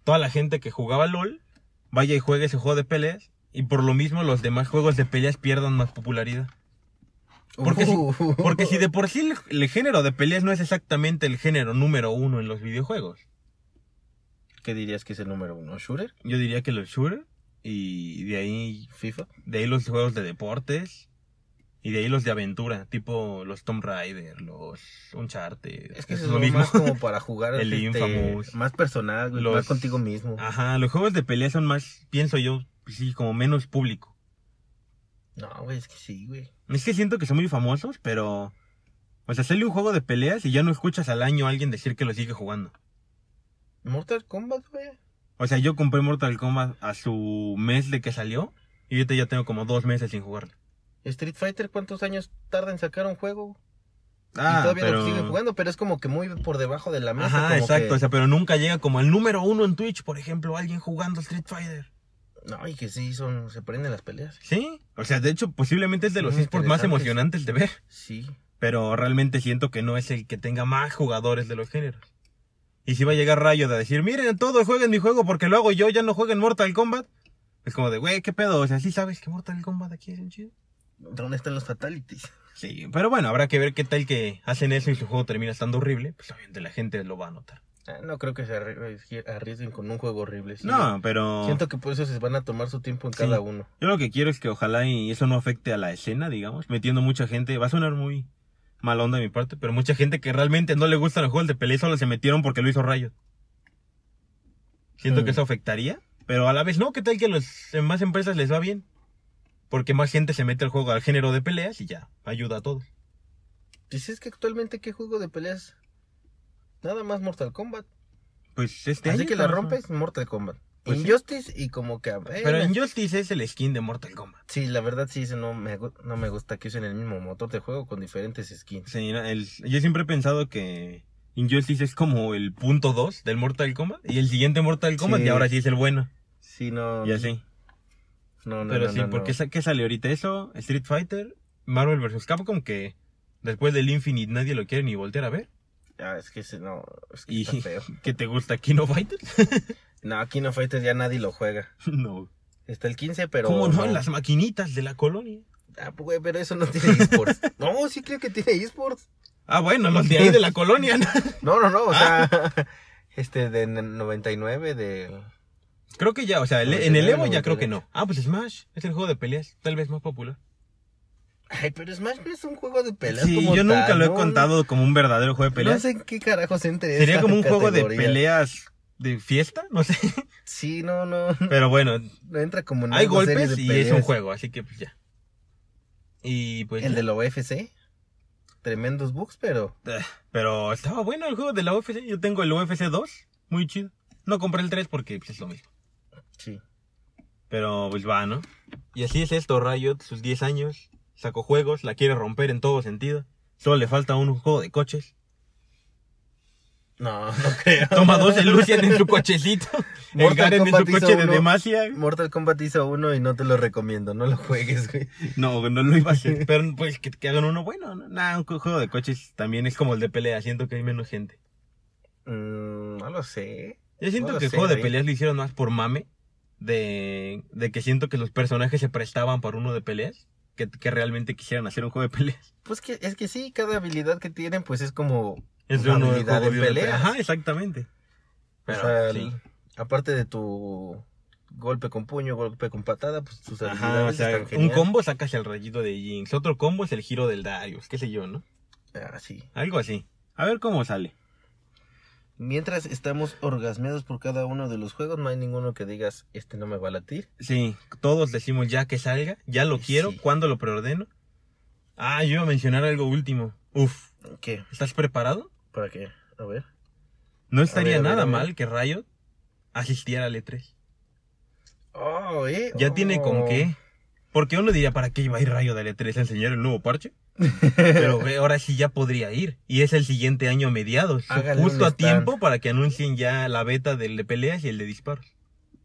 S1: toda la gente que jugaba LOL vaya y juegue ese juego de peleas y por lo mismo los demás juegos de peleas pierdan más popularidad. Porque si-
S2: Uh.
S1: Porque si de por sí el, el género de peleas no es exactamente el género número uno en los videojuegos,
S2: ¿Qué dirías que es el número uno? ¿Shooter?
S1: yo diría que los shooters y de ahí,
S2: ¿FIFA?
S1: de ahí los juegos de deportes y de ahí los de aventura, tipo los Tomb Raider, los Uncharted.
S2: Es que
S1: eso
S2: eso es lo más como para jugar este,
S1: El Infamous.
S2: más personal, güey,
S1: Los- Ah.
S2: más contigo mismo.
S1: [laughs] Ajá, los juegos de pelea son más, pienso yo, sí, como menos público.
S2: No, güey, es que sí, güey.
S1: Es que siento que son muy famosos, pero... O sea, sale un juego de peleas y ya no escuchas al año a alguien decir que lo sigue jugando.
S2: Mortal Kombat, güey.
S1: O sea, yo compré Mortal Kombat a su mes de que salió. Y ahorita ya tengo como dos meses sin jugarlo.
S2: Street Fighter, ¿cuántos años tarda en sacar un juego?
S1: Ah,
S2: y todavía
S1: pero...
S2: lo siguen jugando, pero es como que muy por debajo de la mesa.
S1: Ajá,
S2: como
S1: exacto.
S2: que-
S1: O sea, pero nunca llega como al número uno en Twitch, por ejemplo, alguien jugando Street Fighter.
S2: No, y que sí, son, se prenden las peleas.
S1: Sí. O sea, de hecho, posiblemente es de los
S2: Muy
S1: esports más
S2: interesantes.
S1: emocionantes de ver.
S2: Sí.
S1: Pero realmente siento que no es el que tenga más jugadores de los géneros. Y si va a llegar Rayo de decir, miren, todos jueguen mi juego porque lo hago yo, ya no jueguen Mortal Kombat. Es como de, güey, qué pedo. O sea, sí sabes que Mortal Kombat aquí es un chido.
S2: ¿Dónde están los fatalities?
S1: Sí, pero bueno, habrá que ver qué tal que hacen eso y su juego termina estando horrible. Pues obviamente la gente lo va a notar.
S2: Ah, no creo que se arri- arriesguen con un juego horrible. sí.
S1: No, pero
S2: Siento que por eso se van a tomar su tiempo en
S1: Sí.
S2: cada uno.
S1: yo lo que quiero es que ojalá y eso no afecte a la escena, digamos, metiendo mucha gente. Va a sonar muy mal onda de mi parte, pero mucha gente que realmente no le gustan los juegos de pelea y solo se metieron porque lo hizo Riot. Siento
S2: Hmm.
S1: que eso afectaría, pero a la vez no, qué tal que a las demás empresas les va bien. Porque más gente se mete al juego al género de peleas y ya, ayuda a todos.
S2: Y si Pues es que actualmente, ¿qué juego de peleas? Nada más Mortal Kombat.
S1: Pues este
S2: Así
S1: año
S2: que la
S1: no-
S2: rompes, eh, Mortal Kombat.
S1: Pues sí.
S2: Injustice y como que... apenas-
S1: Pero Injustice es el skin de Mortal Kombat.
S2: Sí, la verdad sí, ese no me, gu- no me gusta que usen el mismo motor de juego con diferentes skins.
S1: Sí, no, el- yo siempre he pensado que Injustice es como el punto 2 del Mortal Kombat. Y el siguiente Mortal Kombat,
S2: Sí.
S1: y ahora sí es el bueno.
S2: Sí, no...
S1: Y así.
S2: No, no,
S1: Pero
S2: no,
S1: sí,
S2: no,
S1: porque
S2: no.
S1: sa- ¿qué sale ahorita eso? Street Fighter, Marvel vs. Capcom, que después del Infinite nadie lo quiere ni voltear a ver.
S2: Ah, es que ese no... Es que
S1: Y- [laughs]
S2: está feo.
S1: ¿Qué te gusta? ¿Kino Fighters? [laughs]
S2: No, Kino Fighters ya nadie lo juega.
S1: no.
S2: Está el 15, pero...
S1: ¿Cómo no? Las maquinitas de la colonia.
S2: Ah, güey, pero eso no tiene
S1: [laughs]
S2: esports. no, sí creo que tiene esports.
S1: Ah, bueno, los de ahí de la colonia.
S2: [laughs]
S1: ¿no?
S2: No, no, no, o sea... [laughs] Este de n- 99, de...
S1: Creo que ya, o sea, el- en el
S2: 99,
S1: Evo ya creo que
S2: 98.
S1: no. Ah, pues Smash es el juego de peleas, tal vez más popular.
S2: Ay, pero Smash no es un juego de peleas
S1: Sí,
S2: como
S1: yo nunca
S2: tal,
S1: lo he
S2: ¿no?
S1: contado como un verdadero juego de
S2: No
S1: peleas.
S2: sé en qué carajos entre
S1: Sería
S2: esa
S1: como un juego de
S2: categoría.
S1: peleas de fiesta, no sé. [laughs]
S2: Sí, no, no. [laughs]
S1: Pero bueno,
S2: No entra como en
S1: hay
S2: una serie
S1: golpes
S2: de
S1: y es un
S2: peleas.
S1: juego, así que pues ya. Y pues
S2: El
S1: ya.
S2: de la UFC. Tremendos bugs, pero.
S1: Pero estaba bueno el juego de la UFC. Yo tengo el UFC 2, muy chido. No compré el 3 porque pues, es lo mismo.
S2: Sí.
S1: Pero pues va, ¿no? Y así es esto, Riot, sus 10 años. Sacó juegos, la quiere romper en todo sentido. Solo le falta un juego de coches.
S2: No, [laughs] no creo.
S1: Toma dos el
S2: [laughs]
S1: Lucian en su cochecito. El
S2: Mortal
S1: Garen en su
S2: Kombat hizo
S1: coche de
S2: uno.
S1: Demacia.
S2: Mortal Kombat hizo uno y no te lo recomiendo. No lo
S1: [laughs]
S2: juegues, güey.
S1: No, no lo iba a hacer. Pero pues que, que hagan uno bueno, ¿no? Nah, un co- juego de coches también es como el de pelea. Siento que hay menos gente.
S2: Mm, no lo sé.
S1: Yo siento
S2: No lo
S1: que el
S2: sé,
S1: juego de
S2: güey.
S1: peleas lo hicieron más por mame. De, de que siento que los personajes se prestaban para uno de peleas. Que, que realmente quisieran hacer un juego de peleas.
S2: Pues que es que sí, cada habilidad que tienen, pues es como.
S1: [laughs] Es de
S2: Una
S1: uno de
S2: habilidad
S1: juego
S2: de
S1: de peleas.
S2: peleas.
S1: Ajá, exactamente. Pero,
S2: o sea,
S1: sí.
S2: aparte de tu golpe con puño, golpe con patada, pues tus
S1: Ajá, o
S2: habilidades
S1: sea,
S2: están
S1: un
S2: genial.
S1: combo sacas el rayito de Jinx. Otro combo es el giro del Darius, qué sé yo, ¿no?
S2: Ah, sí.
S1: Algo así. A ver cómo sale.
S2: Mientras estamos orgasmeados por cada uno de los juegos, no hay ninguno que digas, este no me va a latir.
S1: Sí, todos decimos ya que salga, ya lo
S2: Sí.
S1: quiero, ¿cuándo lo preordeno? Ah, yo iba a mencionar algo último. Uf,
S2: ¿Qué?
S1: ¿estás preparado?
S2: ¿Para qué? A ver.
S1: No estaría
S2: a ver,
S1: nada
S2: a ver.
S1: mal que Riot asistiera al E3.
S2: Oh, ¿eh?
S1: Ya
S2: Oh.
S1: tiene con qué. Porque uno diría, ¿para qué iba a ir Rayo del E3 a enseñar el nuevo parche?
S2: [laughs]
S1: Pero güey, ahora sí ya podría ir. Y es el siguiente año a mediados.
S2: Hágale
S1: justo
S2: un
S1: a
S2: stand.
S1: tiempo para que anuncien ya la beta del de peleas y el de disparos.
S2: Oh.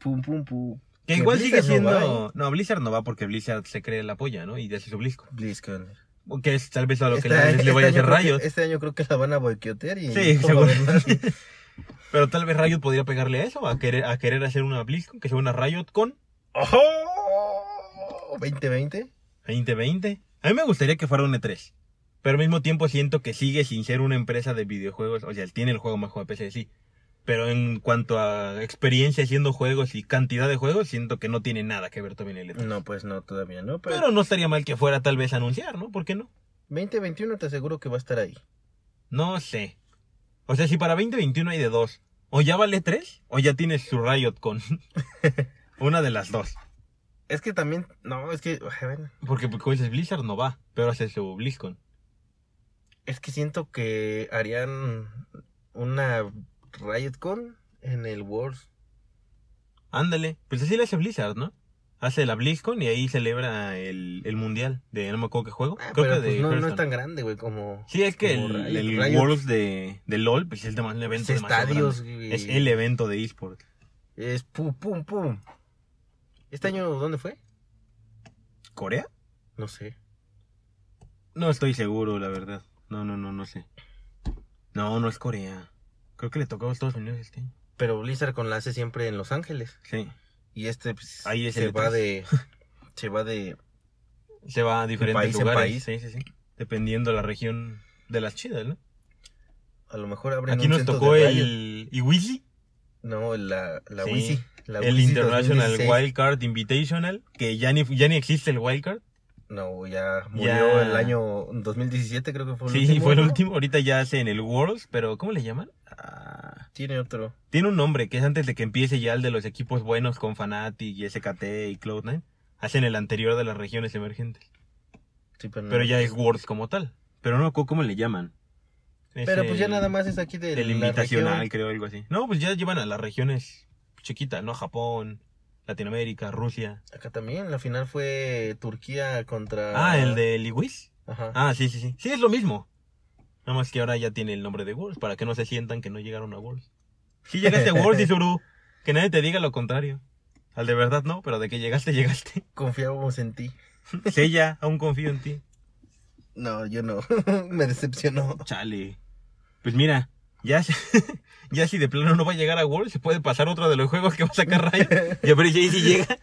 S2: Pum, pum, pum.
S1: Que
S2: Que
S1: igual sigue
S2: Blizzard no
S1: siendo.
S2: va, eh?
S1: No, Blizzard no va porque Blizzard se cree la polla, ¿no? Y de su BlizzCon.
S2: BlizzCon.
S1: Que es tal vez a lo que
S2: Este
S1: le,
S2: año-
S1: le vaya a hacer
S2: este año creo
S1: Riot.
S2: que- Este año creo que la van a boicotear y...
S1: Sí,
S2: no va a haber
S1: seguro. [laughs]
S2: nadie.
S1: Pero tal vez Riot podría pegarle a eso, a querer, a querer hacer una BlizzCon, que sea una Riot con
S2: ¡Oh! ¿2020?
S1: 2020. A mí me gustaría que fuera un E3. Pero al mismo tiempo siento que sigue sin ser una empresa de videojuegos. O sea, tiene el juego más juego de PC, sí. Pero en cuanto a experiencia haciendo juegos y cantidad de juegos, siento que no tiene nada que ver también el E3.
S2: No, pues no, todavía no. Pero,
S1: Pero no estaría mal que fuera tal vez a anunciar, ¿no? ¿Por qué no?
S2: 2021 te aseguro que va a estar ahí.
S1: No sé. O sea, si para 2021 hay de dos, o ya vale tres, o ya tienes su Riot
S2: [laughs]
S1: con una de las dos.
S2: Es que también... No, es que... ay, bueno,
S1: Porque, pues, como dices, Blizzard no va, pero hace su BlizzCon.
S2: Es que siento que harían una RiotCon en el World.
S1: Ándale, pues así le hace Blizzard, ¿no? Hace la BlizzCon y ahí celebra el, el mundial de no me acuerdo qué juego.
S2: Ah,
S1: Creo
S2: pero
S1: que
S2: pues
S1: de
S2: no, no es
S1: Hearthstone.
S2: tan grande, güey, como...
S1: Sí, es que
S2: como
S1: el,
S2: Riot.
S1: el
S2: Riot.
S1: Worlds de, de LOL pues, es demasiado un
S2: Los
S1: evento demasiado
S2: estadios,
S1: grande.
S2: güey.
S1: Es el evento de eSport.
S2: Es pum, pum, pum. ¿Este año dónde fue?
S1: ¿Corea?
S2: No sé.
S1: No estoy seguro, la verdad. No, no, no, no sé. No, no es Corea. Creo que le tocó a Estados Unidos este año.
S2: Pero Blizzard con la hace siempre en Los Ángeles.
S1: Sí.
S2: Y este pues,
S1: Ahí es
S2: se
S1: el
S2: va
S1: E3. [laughs]
S2: de... Se va de...
S1: Se va a diferentes
S2: país en
S1: lugares.
S2: país.
S1: Sí, sí, sí. Dependiendo la región de las chidas, ¿no?
S2: A lo mejor abren
S1: Aquí
S2: un
S1: nos
S2: centro
S1: tocó
S2: de rayos.
S1: el Iwizi.
S2: No, la, la
S1: Sí.
S2: Wisi. La
S1: el
S2: Wisi
S1: International
S2: 2016.
S1: Wildcard Invitational, que ya ni, ya ni existe el Wildcard.
S2: No, ya murió
S1: Ya.
S2: el año 2017, creo que fue el
S1: Sí,
S2: último.
S1: fue el
S2: ¿no?
S1: último. Ahorita ya hacen el Worlds, pero ¿cómo le llaman? Ah,
S2: Tiene otro.
S1: tiene un nombre que es antes de que empiece ya el de los equipos buenos con Fnatic y SKT y Cloud9. Hacen el anterior de las regiones emergentes.
S2: Mm. Sí, pero, no.
S1: Pero ya es Worlds como tal. Pero no me acuerdo cómo le llaman. Es
S2: Pero pues ya
S1: el-
S2: nada más es aquí de
S1: El
S2: la
S1: invitacional,
S2: región.
S1: creo, algo así. No, pues ya llevan a las regiones chiquitas, ¿no? Japón, Latinoamérica, Rusia.
S2: Acá también, la final fue Turquía contra...
S1: Ah, el de Lewis.
S2: Ajá.
S1: Ah, sí, sí, sí. Sí, es lo mismo. Nada más que ahora ya tiene el nombre de Worlds, para que no se sientan que no llegaron a Worlds. Sí llegaste a
S2: [laughs]
S1: Worlds, Isuru. Que nadie te diga lo contrario. Al de verdad no, pero de que llegaste, [laughs] llegaste.
S2: Confiábamos en ti.
S1: Sella, aún confío en ti.
S2: No, yo no. [laughs] Me decepcionó.
S1: Chale. Pues mira, ya, [laughs] si- ya si de plano no va a llegar a Worlds, se puede pasar otro de los juegos que va a sacar Riot. Ya, pero si si llega.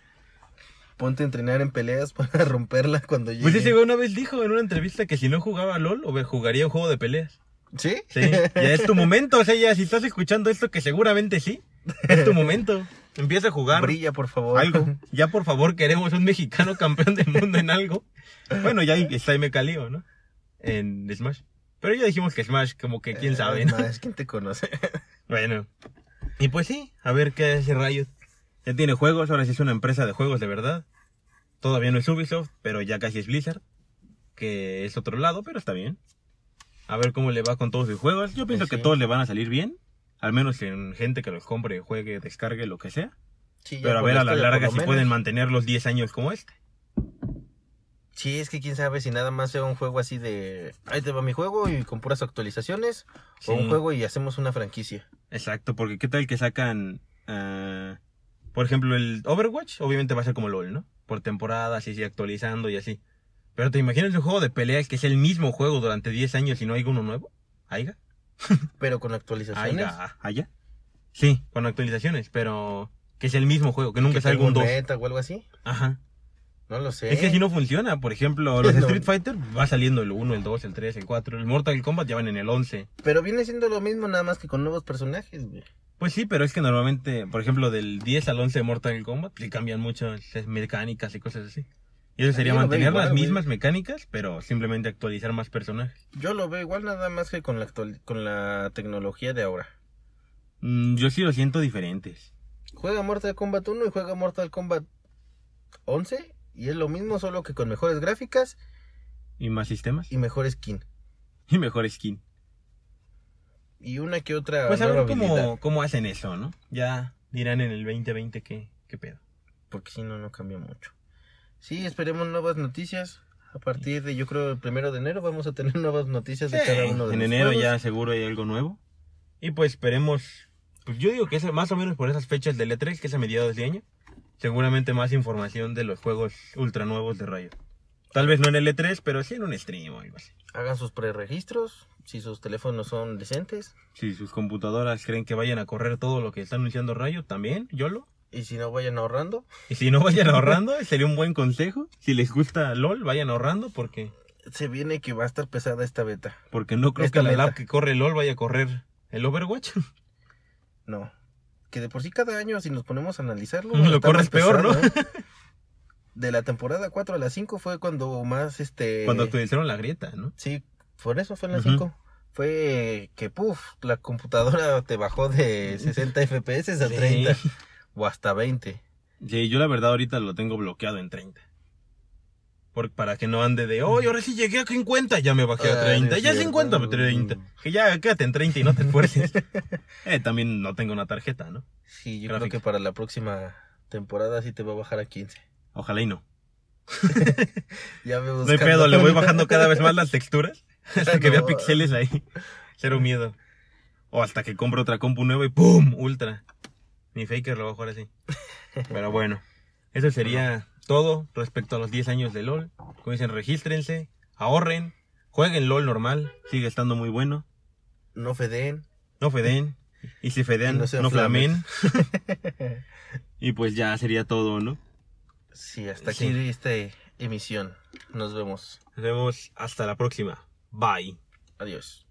S2: Ponte a entrenar en peleas para [laughs] romperla cuando llegue.
S1: Pues ese güey una vez dijo en una entrevista que si no jugaba a LOL, o ve- jugaría un juego de peleas.
S2: ¿Sí?
S1: Sí, ya es tu momento, o sea, ya si estás escuchando esto, que seguramente sí, es tu momento. Empieza a jugar
S2: Brilla, por favor. [laughs]
S1: algo. Ya por favor queremos un mexicano campeón del mundo en algo. Bueno, ya está M. Calío, ¿no? En Smash. Pero ya dijimos que Smash, como que quién
S2: Eh,
S1: sabe,
S2: es
S1: ¿no?
S2: más, ¿Quién
S1: [laughs]
S2: te conoce?
S1: Bueno. Y pues sí, a ver qué hace Riot. Ya tiene juegos, ahora sí es una empresa de juegos de verdad. Todavía no es Ubisoft, pero ya casi es Blizzard. Que es otro lado, pero está bien. A ver cómo le va con todos sus juegos. Yo pienso
S2: Pues
S1: que
S2: sí.
S1: todos le van a salir bien. Al menos en gente que los compre, juegue, descargue, lo que sea.
S2: Sí, ya
S1: Pero a
S2: por
S1: ver a
S2: esto
S1: la
S2: ya por
S1: larga
S2: lo
S1: si
S2: menos.
S1: pueden mantener los 10 años como este.
S2: Sí, es que quién sabe si nada más sea un juego así de... Ahí te va mi juego y con puras actualizaciones.
S1: Sí.
S2: O un juego y hacemos una franquicia.
S1: Exacto, porque qué tal que sacan, ah, por ejemplo, el Overwatch, obviamente va a ser como LOL, ¿no? Por temporadas y así actualizando y así. Pero te imaginas un juego de peleas que es el mismo juego durante 10 años y no hay uno nuevo. ¿Aiga?
S2: Pero con actualizaciones.
S1: ¿Aiga? ¿Allá? Sí, con actualizaciones, pero que es el mismo juego, que nunca
S2: que
S1: salga
S2: tenga
S1: un 2.
S2: un meta o algo así.
S1: Ajá.
S2: No lo sé.
S1: Es que así no funciona. Por ejemplo, los [laughs]
S2: No.
S1: Street Fighter va saliendo el 1, el 2, el 3, el 4. El Mortal Kombat ya van en el 11.
S2: Pero viene siendo lo mismo, nada más que con nuevos personajes, güey.
S1: Pues sí, pero es que normalmente, por ejemplo, del 10 al 11 de Mortal Kombat, le cambian muchas mecánicas y cosas así. Y eso sería
S2: Ah, yo lo veo
S1: mantener
S2: igual,
S1: las
S2: güey.
S1: mismas mecánicas, pero simplemente actualizar más personajes.
S2: Yo lo veo igual nada más que con la, actual- con la tecnología de ahora.
S1: Mm, yo sí lo siento diferentes.
S2: Juega Mortal Kombat 1 y juega Mortal Kombat 11 y es lo mismo, solo que con mejores gráficas
S1: Y más sistemas.
S2: y mejor skin.
S1: Y mejor skin.
S2: Y una que otra
S1: Pues a
S2: nueva
S1: ver
S2: Ah, habilidad.
S1: cómo, cómo hacen eso, ¿no? Ya dirán en el 2020 qué, qué pedo.
S2: Porque si no, no cambia mucho. Sí, esperemos nuevas noticias. A partir de, yo creo, el primero de enero vamos a tener [laughs] nuevas noticias de
S1: Sí,
S2: cada uno de
S1: en
S2: los
S1: enero
S2: juegos.
S1: ya seguro hay algo nuevo. Y pues esperemos. Pues yo digo que es más o menos por esas fechas del E3, que es a mediados de año. Seguramente más información de los juegos ultra nuevos de Rayo. Tal vez no en el E3, pero sí en un stream o algo así.
S2: Hagan sus preregistros, si sus teléfonos son decentes.
S1: Si sus computadoras creen que vayan a correr todo lo que está anunciando Rayo, también, YOLO.
S2: Y si no, vayan ahorrando.
S1: Y si no [laughs] vayan ahorrando, sería un buen consejo. Si les gusta LOL, vayan ahorrando porque,
S2: Se viene que va a estar pesada esta beta.
S1: porque no creo
S2: Esta
S1: que la
S2: meta.
S1: lab que corre LOL vaya a correr el Overwatch.
S2: No. Que de por sí cada año, si nos ponemos a
S1: [laughs]
S2: analizarlo,
S1: Lo
S2: está
S1: corres
S2: más pesado,
S1: peor, ¿no? [laughs]
S2: ¿eh? De la temporada 4 a la 5 fue cuando más este.
S1: Cuando actualizaron la grieta, ¿no?
S2: Sí, por eso fue en la
S1: Ujú.
S2: 5. Fue que, puff, la computadora te
S1: [laughs]
S2: bajó de 60 FPS a
S1: Sí.
S2: 30 o hasta 20.
S1: Sí, yo la verdad ahorita lo tengo bloqueado en 30. Por, para que no ande de, hoy ahora sí llegué a 50, ya me bajé a
S2: Ah,
S1: 30,
S2: es
S1: ya
S2: cierto.
S1: 50, pero 30. Que ya quédate en 30 y no te
S2: [laughs]
S1: esfuerces. eh, también no tengo una tarjeta, ¿no?
S2: Sí, yo
S1: Gráfica.
S2: creo que para la próxima temporada sí te va a bajar a 15.
S1: Ojalá y no.
S2: Ya me
S1: No hay pedo, le voy bajando cada vez más las texturas. Hasta que vea
S2: No.
S1: pixeles ahí. Cero miedo. O hasta que compre otra compu nueva y ¡pum! Ultra. Mi faker lo va a jugar así. Pero bueno, eso sería todo respecto a los 10 años de LOL. Como dicen, regístrense, ahorren, jueguen LOL normal. Sigue estando muy bueno.
S2: [laughs] No feden.
S1: No feden. Y si fedean,
S2: Y
S1: no,
S2: no sean
S1: flamen. [laughs] y pues ya sería todo, ¿no?
S2: Sí, hasta
S1: Sí.
S2: aquí esta emisión. Nos vemos.
S1: Nos vemos hasta la próxima. Bye.
S2: Adiós.